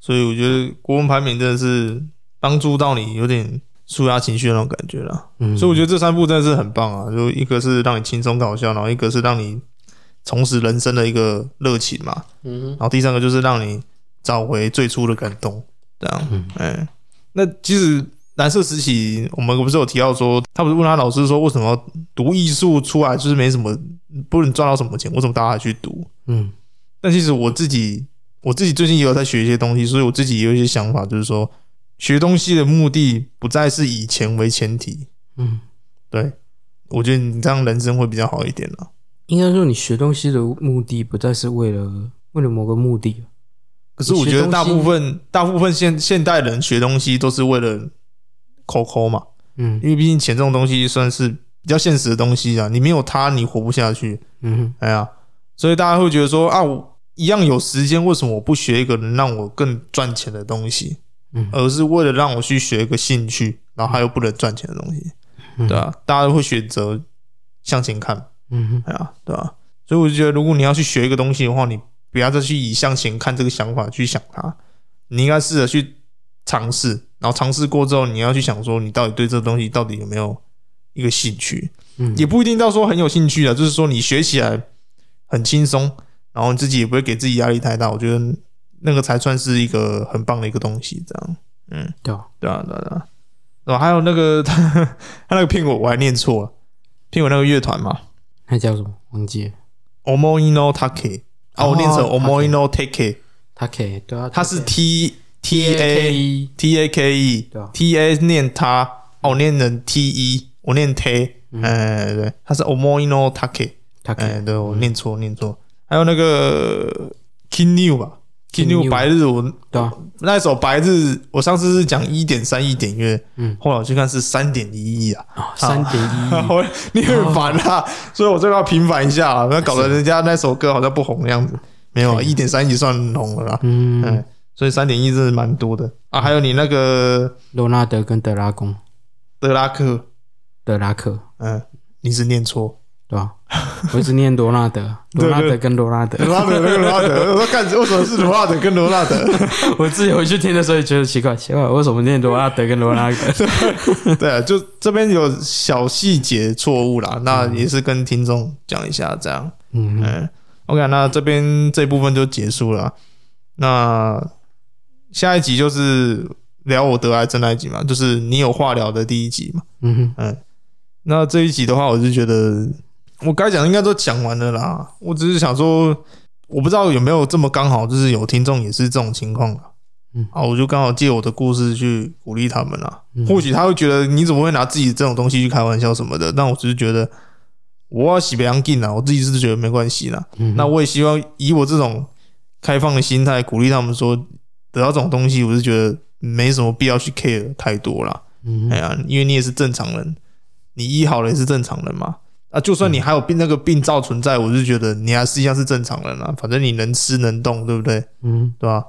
所以我觉得国文排名真的是帮助到你有点舒压情绪的那种感觉啦。
嗯，
所以我觉
得
得这三部真的是很棒啊！就一个是让你轻松搞笑，然后一个是让你重拾人生的一个热情嘛，
嗯
然后第三个就是让你找回最初的感动，这样。
嗯
哎、那其实蓝色时期，我们不是有提到说，他不是问他老师说为什么读艺术出来就是没什么，不能赚到什么钱，为什么大家还去读？
嗯
但其实我自己，我自己最近也有在学一些东西，所以我自己也有一些想法，就是说，学东西的目的不再是以钱为前提，
嗯，
对，我觉得你这样人生会比较好一点啦。
应该说你学东西的目的不再是为了为了某个目的，
可是我觉得
你学东西
大部分大部分现现代人学东西都是为了抠抠嘛，
嗯
因为毕竟钱这种东西算是比较现实的东西啊，你没有它你活不下去。
嗯哼
哎呀，所以大家会觉得说啊，我一样有时间，为什么我不学一个能让我更赚钱的东西，
嗯
而是为了让我去学一个兴趣，然后它又不能赚钱的东西，
嗯
对啊，大家会选择向前看。
嗯哼
哎呀，对啊，所以我就觉得，如果你要去学一个东西的话，你不要再去以向前看这个想法去想它，你应该试着去尝试，然后尝试过之后，你要去想说，你到底对这个东西到底有没有一个兴趣，
嗯
也不一定到说很有兴趣啊，就是说你学起来很轻松，然后你自己也不会给自己压力太大，我觉得那个才算是一个很棒的一个东西，这样，嗯，
对啊，
对啊，对啊，对啊，然后还有那个 他那个苹果我还念错了，苹果那个乐团嘛，
那叫什么忘记了。
Omoino Take 啊，
哦
我念成 Omoino Take，
他 K 对啊，
它是 T T A
A
T A K E
对啊
T A 念它，哦，我念成 T E，我念 T，哎对，它是 Omoino Take，
他 K
哎对我念错念错，还有那个 King New 吧，King
King
New
New
白日我
对啊，
那首白日我上次是讲一点三亿点阅，
嗯
后来我去看是三点一亿啊，
三点 一，
我哦你很烦啊，所以我这个要平反一下啊，不要搞得人家那首歌好像不红的样子。没有，啊，一点三亿算红了啦，
嗯，
嗯，所以三点一是蛮多的啊。还有你那个
罗纳德跟德拉贡，
德拉克，
德拉克
嗯，你是念错，
对吧？我一直念罗 纳德，罗纳德跟罗纳
罗
德，
纳德，罗纳德，我说干，为什么是罗纳德跟罗纳 德？
我自己回去听的时候也觉得奇怪，奇怪为什么念罗纳德跟罗纳德？
对啊，就这边有小细节错误啦，那也是跟听众讲一下这样。
嗯，
嗯，OK，那这边这部分就结束了啊。那下一集就是聊我得癌症那一集嘛，就是你有话聊的第一集嘛。
嗯哼，
那这一集的话，我是觉得我该讲的应该都讲完了啦。我只是想说，我不知道有没有这么刚好，就是有听众也是这种情况啊。
嗯
啊，我就刚好借我的故事去鼓励他们啦、
嗯
或许他会觉得你怎么会拿自己这种东西去开玩笑什么的，但我只是觉得我洗白杨劲啊，我自己是觉得没关系啦。
嗯哼
那我也希望以我这种开放的心态鼓励他们说，得到这种东西，我是觉得没什么必要去 care 太多啦。
嗯
哎呀，因为你也是正常人，你医好了也是正常人嘛。啊，就算你还有病那个病灶存在，我是觉得你还是一样是正常人啊。反正你能吃能动，对不对？
嗯，
对吧、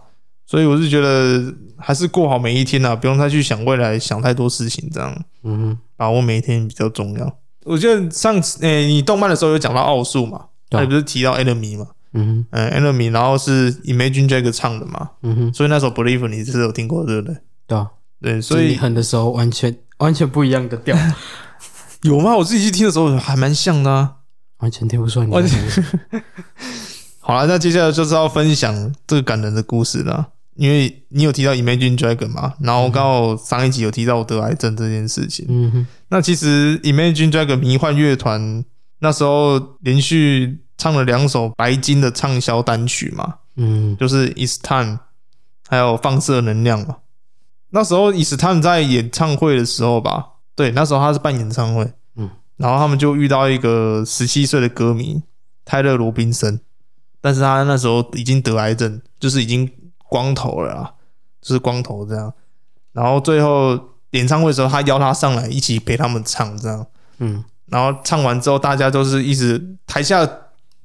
所以我是觉得还是过好每一天啊，不用太去想未来，想太多事情，这样
嗯，
把握每一天比较重要。我记得上次诶、你动漫的时候有讲到奥数嘛，
对
那
啊
你不是提到 Enemy 嘛？
嗯，
嗯，Enemy，然后是 Imagine Drag 唱的嘛，
嗯哼，
所以那首 Believe 你是有听过对不对？
对啊，
对，
所
所
以
以
狠的时候完全完全不一样的调，
有吗？我自己去听的时候还蛮像的、啊。
完全听不出来你在
完
讲什么。
好了，那接下来就是要分享这个感人的故事了。因为你有提到 Imagine Dragon 嘛，然后刚好上一集有提到我得癌症这件事情。
嗯哼，
那其实 Imagine Dragon 迷幻乐团那时候连续唱了两首白金的畅销单曲嘛，
嗯
就是 It's Time，还有放射能量嘛。那时候 It's Time 在演唱会的时候吧，对，那时候他是办演唱会，
嗯，
然后他们就遇到一个十七岁的歌迷泰勒·罗宾森，但是他那时候已经得癌症，就是已经光头了啦，就是光头这样。然后最后演唱会的时候，他邀他上来一起陪他们唱这样。
嗯
然后唱完之后，大家都是一直台下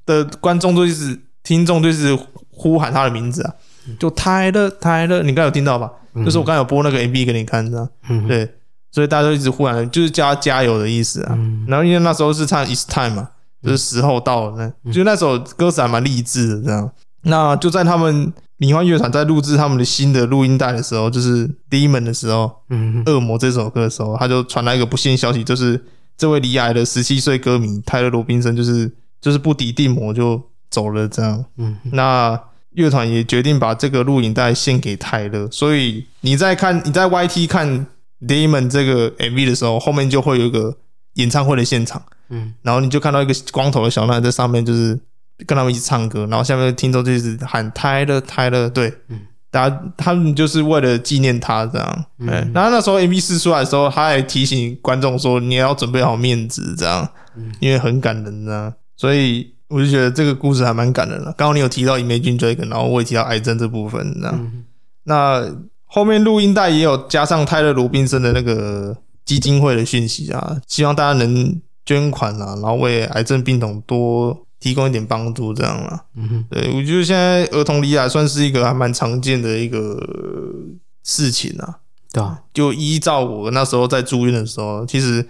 的观众都一直听众就是呼喊他的名字啊，就泰勒泰勒，你刚才有听到吧？
嗯
就是我刚才有播那个 MV 给你看的啊，
嗯，
对，所以大家都一直呼喊，就是叫他加油的意思啊。
嗯
然后因为那时候是唱 It's Time 嘛，就是时候到了，
嗯
那就那首歌词还蛮励志的这样。那就在他们迷幻乐团在录制他们的新的录音带的时候，就是 Demon 的时候，
嗯
《恶魔》这首歌的时候，他就传来一个不幸消息，就是这位离癌的十七岁歌迷泰勒·罗宾森，就是就是不敌地魔就走了。这样，
嗯
那乐团也决定把这个录影带献给泰勒。所以你在看你在 YT 看 Demon 这个 MV 的时候，后面就会有一个演唱会的现场，
嗯
然后你就看到一个光头的小男孩在上面，就是跟他们一起唱歌，然后下面的听众就一直喊泰勒泰勒，对，
嗯
大家他们就是为了纪念他这样。
嗯
哎然后那时候 MV 四出来的时候，他还提醒观众说你也要准备好面子这样，
嗯
因为很感人啊，所以。我就觉得这个故事还蛮感人的。刚刚你有提到 Imagine Dragon，然后我也提到癌症这部分，这样。
嗯
那后面录音带也有加上泰勒·罗宾森的那个基金会的讯息啊，希望大家能捐款啊，然后为癌症病童多提供一点帮助，这样啦、
嗯哼，
对我觉得现在儿童离癌算是一个还蛮常见的一个呃事情啊。
对啊，
就依照我那时候在住院的时候，其实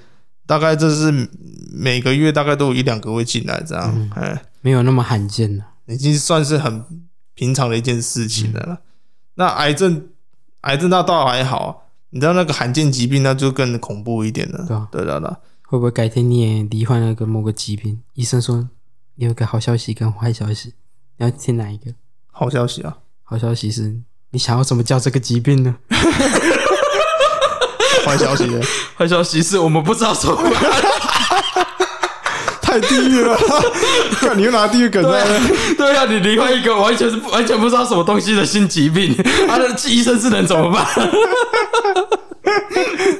大概这是嗯每个月大概都有一两个会进来这样
嗯，
哎、
没有那么罕见了。
已经算是很平常的一件事情了啦。那癌症，癌症那倒还好，啊你知道那个罕见疾病那就更恐怖一点了。
对啊
对的啦，
会不会改天你也罹患了个某个疾病？医生说你有个好消息跟坏消息，你要听哪一个？
好消息啊，
好消息是你想要怎么叫这个疾病呢？
坏消息耶
坏消息是我们不知道什么。
太地狱了， 看你又拿地狱梗在那。
对啊，你罹患一个完全是不完全不知道什么东西的新疾 病，他的医生是能怎么办？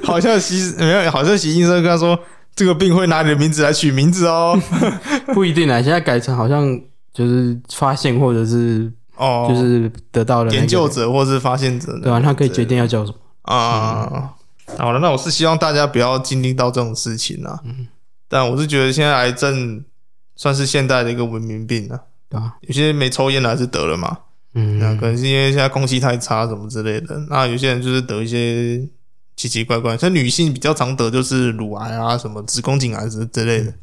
好消息没有，好消息医生跟他说。这个病会拿你的名字来取名字哦，
不一定啊，现在改成好像就是发现或者是
哦，
就是得到了、那个
研究，者或是发现者，
对吧、啊他可以决定要叫什么。
啊、好了，那我是希望大家不要经历到这种事情啊。但我是觉得现在癌症算是现代的一个文明病了、啊，
对吧、
有些没抽烟的还是得了嘛，那、
嗯，
可能是因为现在空气太差什么之类的。那有些人就是得一些奇奇怪怪，像女性比较常得就是乳癌啊、什么子宫颈癌之之类的。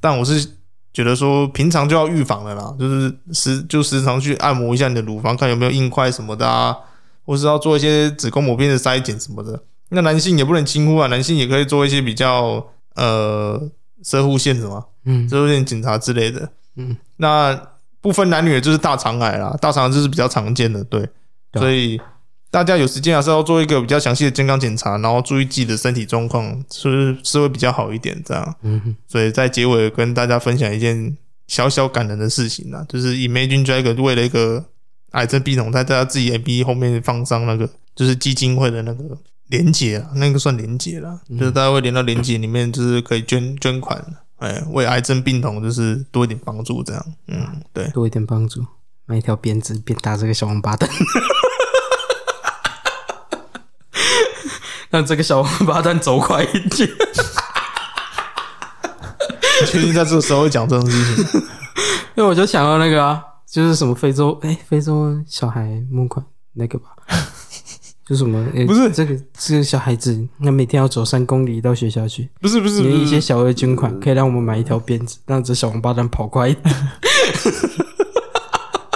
但我是觉得说，平常就要预防了啦，就是时就时常去按摩一下你的乳房，看有没有硬块什么的啊，或是要做一些子宫膜片的筛检什么的。那男性也不能轻忽啊，男性也可以做一些比较呃射护腺什么
嗯
射护腺检查之类的。
嗯，
那不分男女的就是大肠癌啦，大肠癌就是比较常见的，对，
对啊
所以大家有时间还是要做一个比较详细的健康检查，然后注意自己的身体状况，是是会比较好一点这样。
嗯哼，
所以在结尾跟大家分享一件小小感人的事情啦，就是 Imagine Dragon 为了一个癌症病童，在他自己 MV 后面放上那个就是基金会的那个连结啦，那个算连结啦，就是大家会连到连结里面，就是可以捐捐款，哎，为癌症病童就是多一点帮助这样。嗯，对，
多一点帮助，买一条鞭子鞭打这个小王八蛋。
让这个小王八蛋走快一点。
你确定在这个时候会讲这种事情？
因为我就想到那个啊，就是什么非洲，哎、非洲小孩募款那 个吧，就什么、哎
不是
这个这个小孩子，那每天要走三公里到学校去，
不是不是
给一
不
些
是，
小额捐
嗯
款，可以让我们买一条鞭子，让这小王八蛋跑快一点。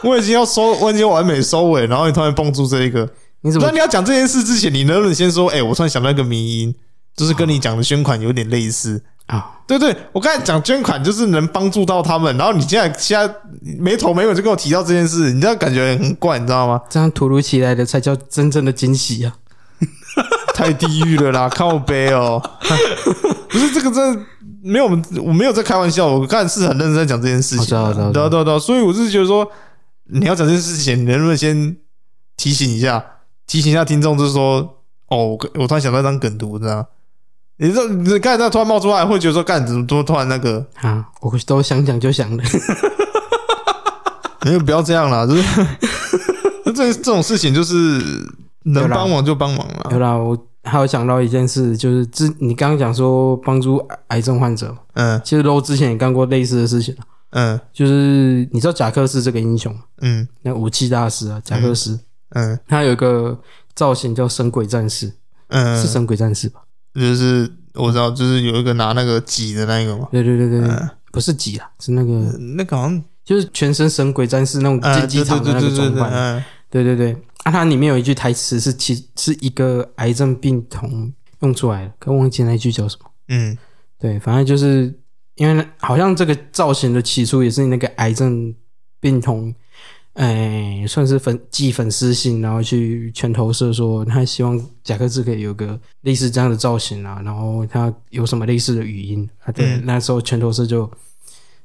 我已经要收，我已经完美收尾，然后你突然蹦出这一个。
你怎么
那你要讲这件事之前，你能不能先说？哎、我突然想到一个迷因，就是跟你讲的捐款有点类似。
啊？
对对，我刚才讲捐款就是能帮助到他们，然后你现在现在没头没尾就跟我提到这件事，你这样感觉很怪，你知道吗？
这样突如其来的才叫真正的惊喜啊！
太地狱了啦，靠背哦， 不是这个真的没有，我没有在开玩笑，我刚才是很认真在讲这件事情啊，
哦我知道我知道
对啊对啊对啊，所以我是觉得说，你要讲这件事情，你能不能先提醒一下，提醒一下听众，就是说，哦，我我突然想到一张梗图，这样，你这你刚才那突然冒出来，会觉得说，干怎么突突然那个，
啊，我都想想就 想了。
你就不要这样啦， 就是这这种事情就是能帮忙就帮忙
有
啦，
啦，我还有想到一件事，就是之你刚刚讲说帮助癌癌症患者嘛，
嗯
其实肉之前也干过类似的事情啊
嗯
就是你知道贾克斯这个英雄吗，
嗯
那武器大师啊，贾克斯，
嗯
他有一个造型叫神鬼战士，
嗯，
是神鬼战士吧？
就是我知道，就是有一个拿那个挤的那个嘛，
对对对对，
嗯
不是吉啊，是那个
那个好像
就是全身神鬼战士那种
呃，
竞技
对对
场
对
的那
对
个
对
装
对，
扮，
嗯
嗯对对对，啊，它里面有一句台词是其是一个癌症病童用出来的，可忘记那一句叫什么。
嗯
对，反正就是因为那好像这个造型的起初也是那个癌症病童，哎、算是粉寄粉丝信，然后去全投射说他希望贾克斯可以有个类似这样的造型啊，然后他有什么类似的语音啊？对，
嗯
那时候全投射就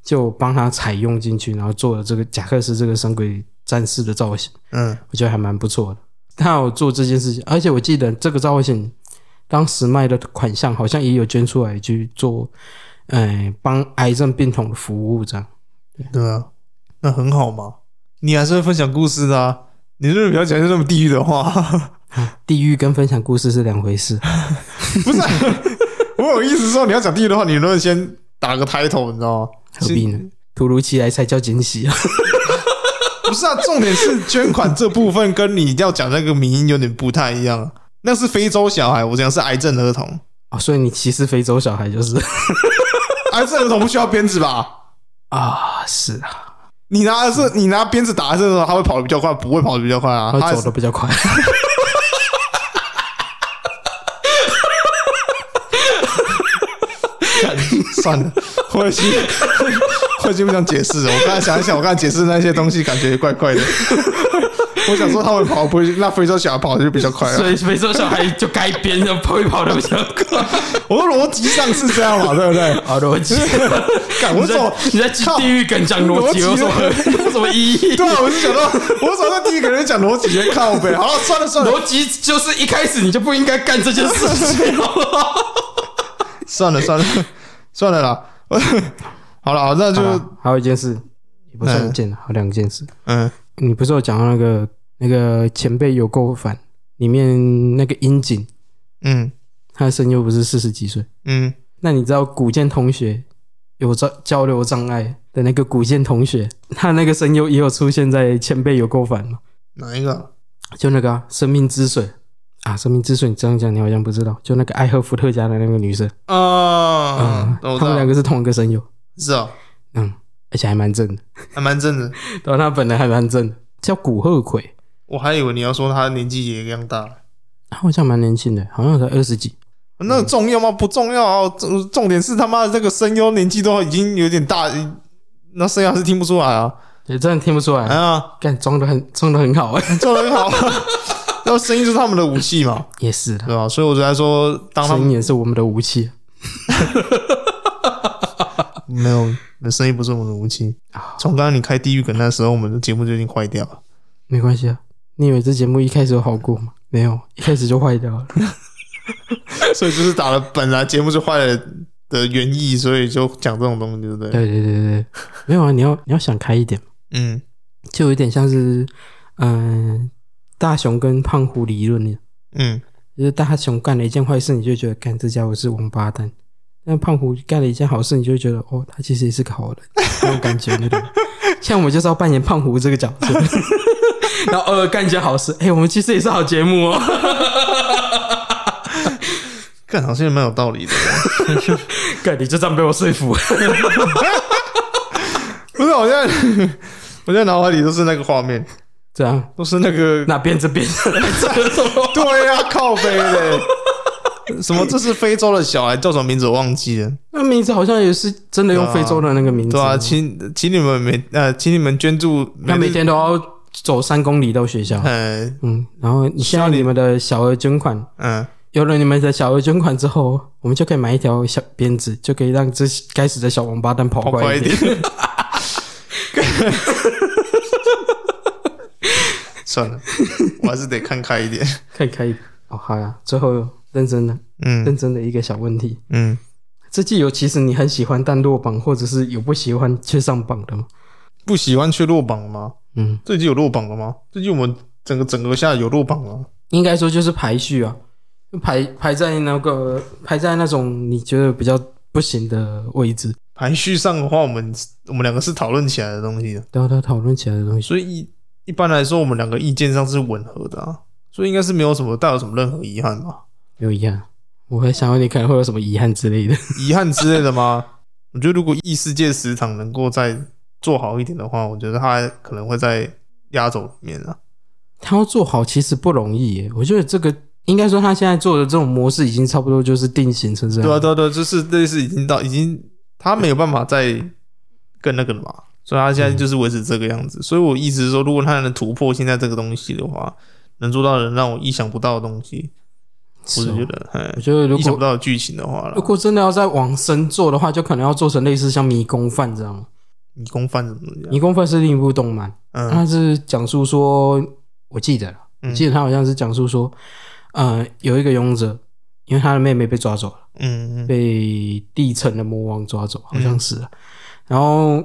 就帮他采用进去，然后做了这个贾克斯这个神鬼战士的造型。
嗯
我觉得还蛮不错的。他有做这件事情，而且我记得这个造型当时卖的款项好像也有捐出来去做，呃，帮癌症病童的服务这样。
嗯，对啊，那很好嘛，你还是会分享故事的啊，你是不是不要讲一些那么地狱的话？
地狱跟分享故事是两回 事。
不是啊，我有意思说你要讲地狱的话，你能不能先打个 title，你知道吗？
何必呢？突如其来才叫惊喜啊！
不是啊，重点是捐款这部分跟你要讲那个名音有点不太一样，那是非洲小孩，我讲是癌症儿童，
哦，所以你歧视非洲小孩就是
癌症儿童不需要鞭子吧？
啊，是啊，
你拿的是你拿鞭子打的是的时候，他会跑得比较快，不会跑得比较快啊。
他
他
走的比较快。
算 了，我已经我已经不想解释了。我刚才想一想，我刚才解释那些东西，感觉怪怪的。我想说他会跑，不会那非洲小孩跑得就比较快啊
所。以非洲小孩就该编的，会跑得比较快。
我说逻辑上是这样嘛，对不对？
好逻辑，
干
你
我怎么
在 你在
靠
地狱梗讲逻辑有什么有什么意义？
对啊？我是想到，我怎么在第一个人讲逻辑靠背？好，算了 算了
逻辑就是一开始你就不应该干这件事情。
算了算了算了啦。 好了，那就
好啦还有一件事，也不算一件，还有两件事。
嗯
你不是有讲到那个那个前辈有够烦里面那个樱井，
嗯
他的声优不是四十几岁？
嗯，
那你知道古剑同学有交交流障碍的那个古剑同学，他那个声优也有出现在前辈有够烦吗？
哪一个啊？
就那个啊、生命之水啊，生命之水，你这样讲你好像不知道，就那个艾赫福特家的那个女生，
啊，我
嗯，
知
他们
道
两个是同一个声优，
是啊，
嗯，而且还蛮正的，
还蛮正的。
对啊，他本来还蛮正的，叫古贺葵，
我还以为你要说他年纪也一样大，啊
他啊好像蛮年轻的，好像才二十几，
那重要吗？不重要啊！重重点是他妈的这个声优年纪都已经有点大，那声优还是听不出来啊！
也真的听不出来，
啊，
干装的很装的很好哎、
做的很好， 那声音就是他们的武器嘛，
也是的，
对吧？所以我才说，当他
声
们
音也是我们的武器啊
没有声音不是我们的武器。
啊，
从刚刚你开地狱梗那时候，我们的节目就已经坏掉了。
没关系啊，你以为这节目一开始有好过吗？没有，一开始就坏掉了。
所以就是打了本来节目就坏了的原意，所以就讲这种东西，对不对？
对对对对，对没有啊，你要你要想开一点，
嗯，
就有点像是嗯、呃大熊跟胖虎理论那样
嗯
就是大雄干了一件坏事，你就觉得干这家伙是王八蛋；但胖虎干了一件好事，你就觉得哦，他其实也是个好人，那种感觉，对 不对？像我们就是要扮演胖虎这个角色，然后偶尔干一件好事，哎、我们其实也是好节目哦。
干好像也蛮有道理的。
干，你就这样被我说服，
不是，我现在 我现在脑海里都是那个画面，
这样
都是那个
哪边这边这个什么？
对呀、靠背的。什么？这是非洲的小孩叫什么名字？我忘记了。
那名字好像也是真的用非洲的那个名字
对
哦，
啊，请请你们每呃，请你们捐助
那每天都要走三公里到 学校。
呃
嗯，然后你现在你们的小额捐款，
嗯，
有了你们的小额捐款之后，我们就可以买一条小鞭子，就可以让这该死的小王八蛋跑
跑
快
快
一
一
点。
点。 算了，我还是得看开一点。
可以可以，哦，好呀。最后认真的认
嗯
真的一个小问题，
嗯，
这季有其实你很喜欢但落榜，或者是有不喜欢却上榜的吗？
不喜欢去落榜了吗？
嗯，
最近有落榜了吗？最近我们整个整个下来有落榜了。
应该说就是排序啊，就排排在那个排在那种你觉得比较不行的位置，
排序上的话，我们我们两个是讨论起来的东西的，
然后他讨论起来的东西。
所以一一般来说，我们两个意见上是吻合的啊，所以应该是没有什么带有什么任何遗憾吧？
没有遗憾。我还想问你可能会有什么遗憾之类的。
遗憾之类的吗？我觉得如果异世界食堂能够再做好一点的话，我觉得它可能会在压轴里面啊。
他要做好其实不容易耶，我觉得这个应该说他现在做的这种模式已经差不多就是定型成这样。
对啊，对啊，对啊，就是类似已经到已经他没有办法再更那个了嘛，所以他现在就是维持这个样子。所以我意思是说，如果他能突破现在这个东西的话，能做到能让我意想不到的东西，我
是
是
哦
觉得，哎
我，觉得如
意想不
果
到的剧情的话
如
了，
果真的要再往深做的话，就可能要做成类似像迷宫饭这样。
迷宫饭怎么怎么样？
迷宫饭是另一部动漫，
啊嗯
它是讲述说，我记得了，我记得他好像是讲述说，呃，有一个勇者，因为他的妹妹被抓走了。
嗯嗯
被地层的魔王抓走，好像是、啊。然后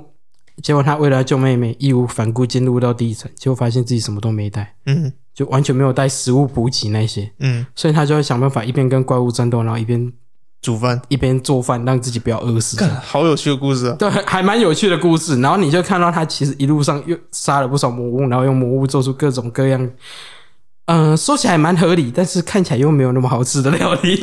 结果他为了要救妹妹，义无反顾进入到地层，结果发现自己什么都没带，
嗯
就完全没有带食物补给那些，
嗯，
所以他就要想办法一边跟怪物战斗，然后一边
煮饭，
一边做饭，让自己不要饿死。
好有趣的故事 啊！
对，还蛮有趣的故事。然后你就看到他其实一路上又杀了不少魔物，然后用魔物做出各种各样，嗯、说起来蛮合理，但是看起来又没有那么好吃的料理。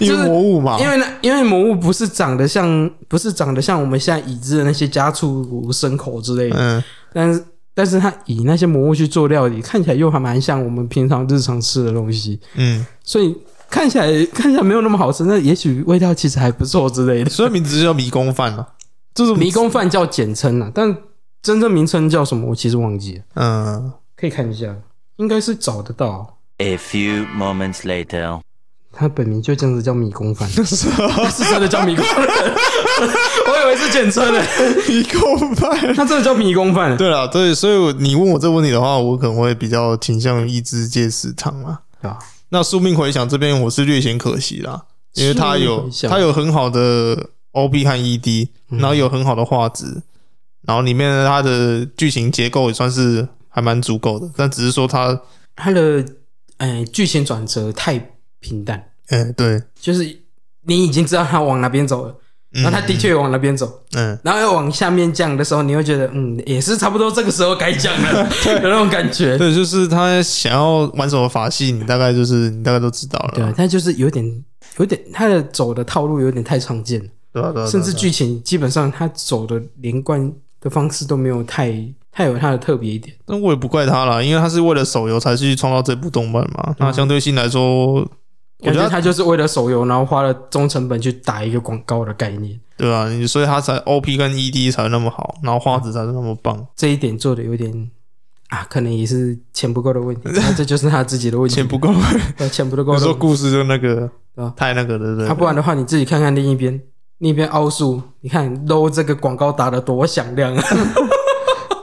因为魔物嘛，
因为呢，因为魔物不是长得像，不是长得像我们现在已知的那些家畜、牲口之类的，
嗯
但是但是它以那些魔物去做料理，看起来又还蛮像我们平常日常吃的东西，
嗯，
所以看起来 看起来没有那么好吃，那也许味道其实还不错之类的。
所以名字就叫迷宫饭了，就是
迷宫饭叫简称啊，但真正名称叫什么，我其实忘记了，
嗯。
可以看一下，应该是找得到。
A few moments later.
它本名就这样子叫迷宫 饭，
是啊，
是真的叫迷宫饭， 我以为是简称呢，
迷宫饭。
它真的叫迷宫饭。
对了，对，所以我你问我这个问题的话，我可能会比较倾向于异世界市场啊。
对啊，
那宿命回响这边我是略显可惜啦，因为它
宿命
有
回响
它有很好的 OP 和 ED，
嗯
然后有很好的画质，然后里面它的剧情结构也算是还蛮足够的，但只是说它，
它的呃剧情转折太平淡，
哎、对，
就是你已经知道它往哪边走了，
嗯
然后它的确也往哪边走，
嗯，
然后要往下面降的时候，你会觉得嗯，也是差不多这个时候该降了 的那种感觉。
对，就是他想要玩什么法系，你大概就是你大概都知道了
对啊
啦，，啊
它就是有点有点它的走的套路有点太常见了，
对吧、对啊？对啊
甚至
对啊
剧情基本上它走的连贯的方式都没有太太有它的特别一点。
但我也不怪他啦，因为他是为了手游才去创造这部动漫
嗯
嘛。那相对性来说，我
感
觉
觉
得
它
他
就是为了手游，然后花了中成本去打一个广告的概念，
对啊，你所以他才 OP 跟 ED 才那么好，然后画质才那么棒，
这一点做的有点啊，可能也是钱不够的 问题，那这就是他自己的问 题，
钱不够。
对钱不够
有时
的
候
问题。
故事就那个
对啊
太那个了，对
啊，不然的话，你自己看看另一边，另一边奥数，你看 low 这个广告打的多响亮啊，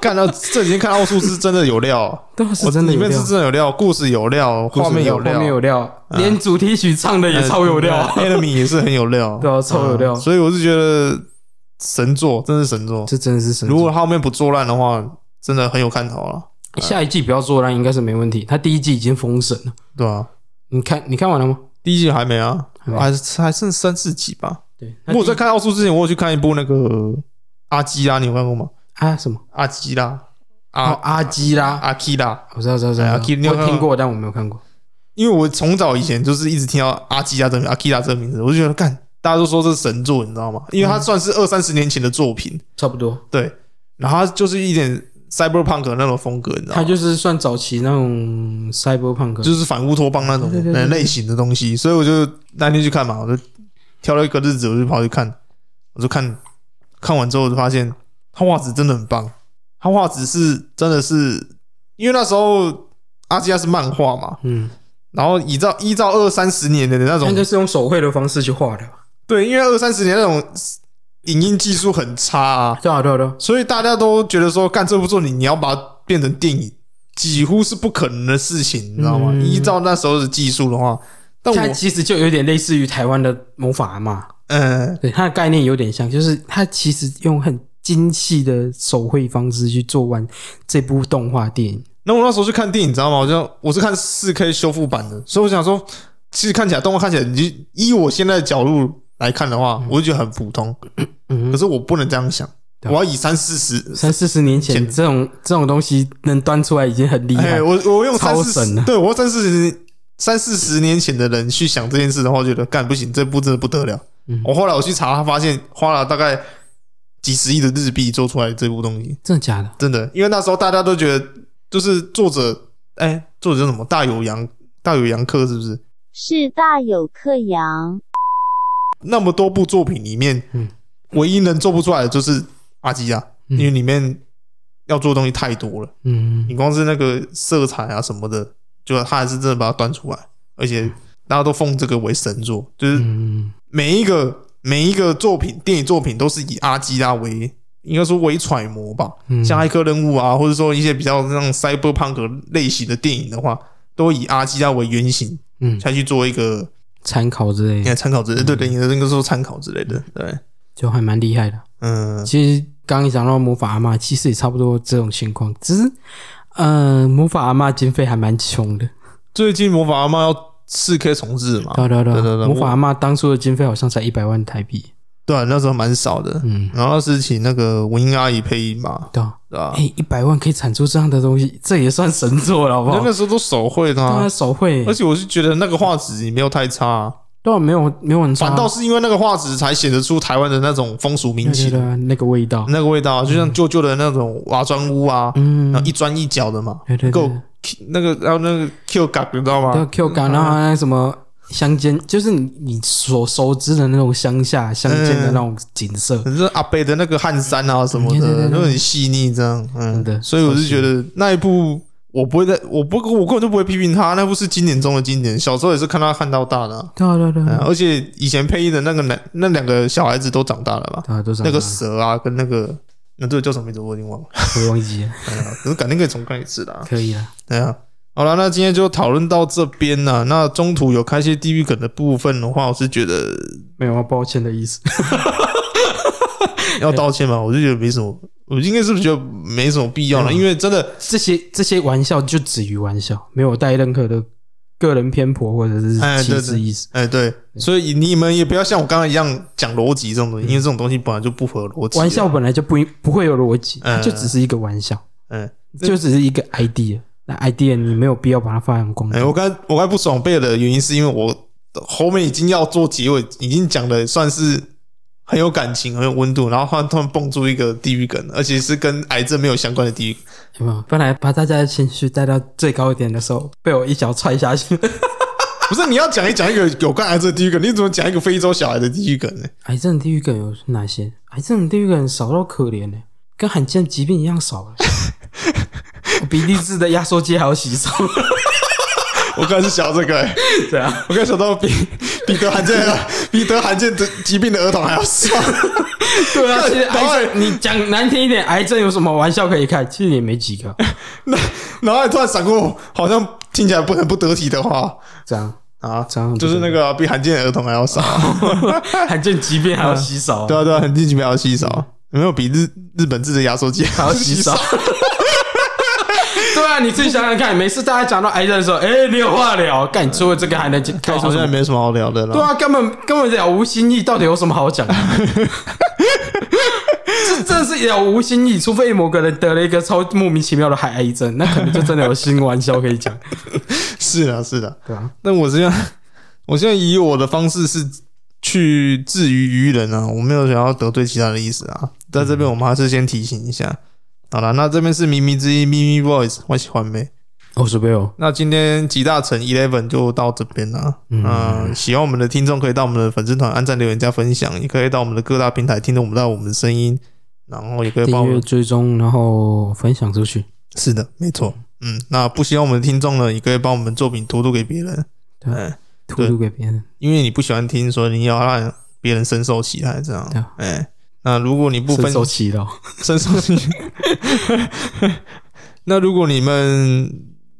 看到这几天看奥数是真的有 料，
都是
我
哦真的
里
有
面
料
是，真的有料，故事有料，
故事
画面有
画面有
料，嗯哎
料，连主题曲唱的也超 有料啊，
，enemy 也是很有料，
对啊超有料
嗯所以我是觉得神作，真是神作。
这真的是神作。
如果后面不做烂的话，真的很有看头了，啊
下一季不要做烂，应该是没问题。他第一季已经封神了，
对啊。
你看你看完了吗？
第一季还没啊，
还没
还还剩三四集吧。
对，那
我在
第
看奥数之前，我有去看一部那个阿基拉，你有看过吗？
啊什么？
阿基拉，
哦，
阿
阿基拉，
阿基拉，
我知道知道知道，
哎
我
啊阿基你有看过
听过，但我没有看过。
因为我从早以前就是一直听到阿基拉这名阿基拉这个名字，我就觉得干，大家都说这是神作，你知道吗？因为它算是二三十年前的作品，
差不多，
对，然后它就是一点 cyberpunk 的那种风格，你知道
它
吗？
就是算早期那种 cyberpunk，
就是反乌托邦那种
对对对
呃
对
类型的东西，所以我就那天去看嘛，我就挑了一个日子，我就跑去看，我就看，看完之后我就发现它画质真的很棒，它画质是真的是，因为那时候阿基拉是漫画嘛，
嗯，
然后依照依照二三十年的那种
它应该是用手绘的方式去画的吧。
对，因为二三十年那种影音技术很差啊，
对啊对啊对啊，
所以大家都觉得说，干这部作品你要把它变成电影，几乎是不可能的事情，你知道吗？
嗯
依照那时候的技术的话，但
它
我
其实就有点类似于台湾的魔法嘛，
嗯、
对，它的概念有点像，就是它其实用很精细的手绘方式去做完这部动画电影。
那我那时候去看电影，你知道吗？我就我是看四 K 修复版的，所以我想说，其实看起来动画看起来，你就以我现在的角度来看的话，我就觉得很普通。
嗯
可，是我不能这样想，
对啊
我要以三四十
三四十年前
前
这种这种东西能端出来已经很厉害
哎，。我我用三
超
四
神啊
十，对我用三四十三四十年前的人去想这件事的话，我觉得干不行，这部真的不得了。
嗯
我后来我去查，发现花了大概几十亿的日币做出来这部东西，
真的假的？
真的，因为那时候大家都觉得，就是作者，哎、作者叫什么大有洋大有洋克是不是？
是大有克洋。
那么多部作品里面，
嗯
唯一能做不出来的就是阿基亚，
嗯
因为里面要做的东西太多了。
嗯，
你光是那个色彩啊什么的，就他还是真的把它端出来，而且大家都奉这个为神作，就是
嗯，
每一个每一个作品，电影作品都是以阿基拉为应该说为揣摩吧，
嗯
像《骇客任务》啊，或者说一些比较那种 cyberpunk 类型的电影的话，都以阿基拉为原型，
嗯
才去做一个
参考之类
你
的，
看参考之类，对对，你的那个说参考之类的，对，
就还蛮厉害的。
嗯，
其实刚刚讲到魔法阿嬷，其实也差不多这种情况，只是呃，魔法阿嬷经费还蛮穷的。
最近《魔法阿妈》要四 K 重置嘛，
对啊对啊对
哦对对
啊，
对
魔法阿嬷当初的经费好像才一百万台币。
对啊，那时候蛮少的，
嗯，
然后是请那个文英阿姨配音嘛，
对啊，
对吧、
哎，一百万可以产出这样的东西， 这也算神作了，好不
那
好
那？时候都手绘的、
当
啊
然，手绘
而，且我是觉得那个画质也没有太差、啊，
对啊，没有没有很差，
反倒是因为那个画质才显得出台湾的那种风俗民
对对
情
对，啊那个味道，
那个味道啊，就像旧旧的那种瓦砖屋啊，
嗯，
然后一砖一角的嘛
对对，对
够那个然后那个 Q 感，你知道
对啊
吗？
Q 感，然后还
嗯
有什么乡间，就是你你所熟知的那种乡下乡间
嗯
的那种景色，
可是阿北的那个汗衫啊什么
嗯对对
的
对对
都很细腻，这样，嗯
真的
所以我
超
是
细
觉得那一部我不会在，我不我根本就不会批评他，那部是经典中的经典，小时候也是看他看到大的啊、
对啊对啊对
嗯，
啊，
而且以前配音的那个男那两个小孩子都长大了嘛，
对啊，都是
那个蛇啊跟那个那这个叫什么名字我已经忘了，
我忘记了，
哎呀可是改天可以重看一次啦。
啊 可以了，
对啊，好了，那今天就讨论到这边啦。那中途有开一些地狱梗的部分的话，我是觉得
没有要抱歉的意思，
要道歉 嘛，我就觉得没什么，我应该是不是觉得没什么必要了，
嗯
因为真的
这些这些玩笑就止于玩笑，没有带任何的个人偏颇或者是
哎
歧
对
视
对
意思。
哎对，
嗯
所以你们也不要像我刚刚一样讲逻辑这种东西，因为这种东西本来就不合逻辑啊。
玩笑本来就不不会有逻辑，它
嗯
就只是一个玩笑，
嗯，
就只是一个 idea。那 idea 你没有必要把它发扬光
哎、
大。
我刚才我刚才不爽背的原因是因为我后面已经要做结尾，已经讲的算是很有感情、很有温度，然后突然突然蹦出一个地狱梗，而且是跟癌症没有相关的地狱梗。
有没有？本来把大家的情绪带到最高点的时候，被我一脚踹下去。
不是你要讲一讲一个有关癌症的地狱梗，你怎么讲一个非洲小孩的地狱梗呢？
癌症地狱梗有哪些？癌症地狱梗少到可怜呢、跟罕见疾病一样少 了。比利时的压缩机还要 洗手，
我刚才是想这个、欸，
对啊，
我刚才想到比比得罕见的比得罕见的疾病的儿童还要少。
对啊。
干
其实癌症，你讲难听一点，癌症有什么玩笑可以开？其实也没几个，
然后突然闪过，好像听起来不很不得体的话
这样
啊，
这样
就是那个啊、比罕见的儿童还要少。
罕见疾病还要洗手，
对啊，对啊，很近期 比较稀少，有没有比日日本制的压缩机还
还要洗手。
对啊，你自己想想看，每次大家讲到癌症的时候，哎、你有话聊，干，除了这个还能开
好
出什
像也
么？
没什么好聊的啦。
对啊，根本根本了无新意，到底有什么好 讲的？这真的是了无新意，除非某个人得了一个超莫名其妙的海癌症，那可能就真的有新玩笑可以 讲。
是啊，是啊。
对啊，
但我现在，我现在以我的方式是去治于愚人啊，我没有想要得罪其他的意思啊。在这边，我们还是先提醒一下。好了，那这边是咪咪之一咪咪 voice，我喜欢没？
我是 Bill，
那今天集大成 Eleven 就到这边了。嗯、喜欢我们的听众可以到我们的粉丝团按赞、留言、加分享，也可以到我们的各大平台听懂不到我们的声音，然后也可以帮我
订阅
们。
追踪，然后分享出去。
是的，没错。嗯，那不喜欢我们的听众呢，也可以帮我们作品投渡给别人。
对
哎
吐露给别人。
因为你不喜欢听，所以你要让别人深受其害，这样
对。
哎、那如果你不分
深受其扰，
深受其害， 那如果你们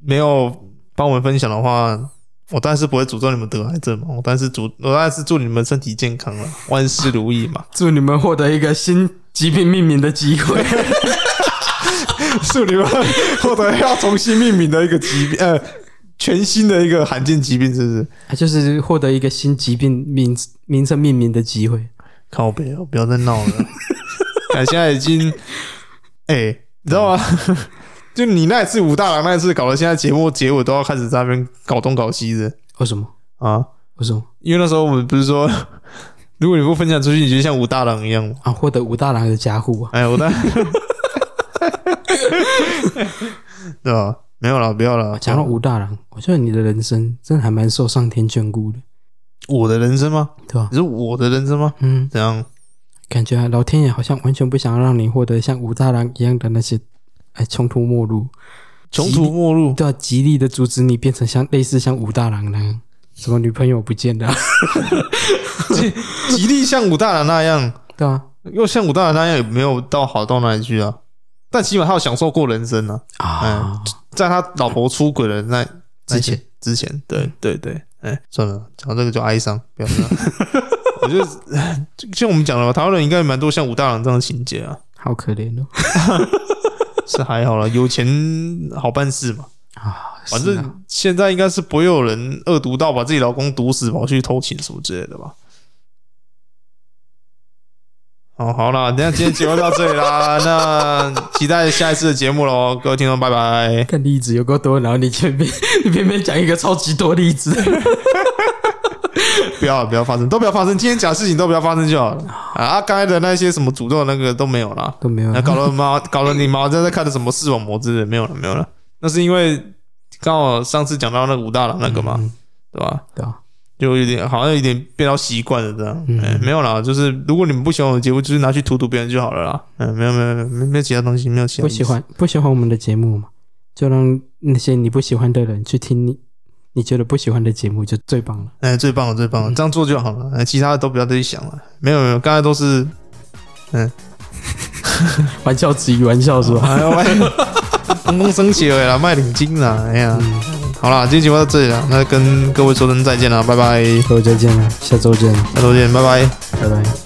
没有帮我们分享的话，我当然是不会诅咒你们得癌症嘛，我当然是祝，我当然是祝你们身体健康了， 万事如意嘛，
祝你们获得一个新疾病命名的机会。
祝你们获得要重新命名的一个疾病，呃，全新的一个罕见疾病，是不是？
啊， 就是获得一个新疾病名名称命名的机会。
靠北哦，不要再闹了。 感现在已经，哎、你知道吗？ 就你那一次武大郎那一次搞得现在节目结尾都要开始在那边搞东搞西的
为什么？
啊！
为什么
因为那时候我们不是说， 如果你不分享出去，你就像武大郎一样嘛。
啊？获得武大郎的加护啊？
哎，武大， 对吧？没有了，不要了。
讲到武大郎，我觉得你的人生真的还蛮受上天眷顾的，
我的人生吗？
对吧
你？是我的人生吗？
嗯，
怎样？
感觉老天爷好像完全不想让你获得像武大郎一样的那些，哎，穷途末路，
穷途末路，
都要极力的阻止你变成像类似像武大郎那样，什么女朋友不见的、啊，
极力像武大郎那样。
对啊，
又像武大郎那样也没有到好到哪里去啊，但起码他有享受过人生啊，
啊，
在他老婆出轨的那
之前嗯
之前，对对对，哎、算了，讲到这个就哀伤，不要这样。 我觉得 就像我们讲的嘛，台湾人应该蛮多像武大郎这样的情节啊，
好可怜哦，
是还好啦，有钱好办事嘛。
啊，
反
是啊
正现在应该是不会有人恶毒到把自己老公毒死，跑去偷情什么之类的吧。哦，好啦，那今天节目到这里 啦，那期待下一次的节目喽，各位听众，拜拜。
看例子有够多，然后你偏偏你偏偏讲一个超级多例子，
不要不要发生，都不要发生，今天假事情都不要发生就好了啊！刚才的那些什么诅咒的那个都没有啦，
都没 有啊
那搞得妈搞得你妈在在看的什么视网膜之类的，没有了没有了，那是因为刚好上次讲到那个武大郎那个嘛，对吧？
嗯对啊，
就有点好像有点变到习惯了这样。嗯、没有啦，就是如果你们不喜欢我的节目，就是拿去荼毒别人就好了啦。嗯、没有没有没有没有没有其他东西，没有其他
不
东西
喜。欢不喜欢我们的节目嘛，就让那些你不喜欢的人去听你你觉得不喜欢的节目，就最棒了。
哎、最棒了，最棒了，
嗯
这样做就好了。哎，其他的都不要再去想了。没有没有，刚才都 是
玩笑之余玩笑是吧？
哎呦喂，公公升起 了啦，卖领巾啦，哎呀。
嗯
好啦，今天节目到这里了，那跟各位说声再见了，拜拜，
各位再见了，下周见，
下周见，拜拜。
拜拜。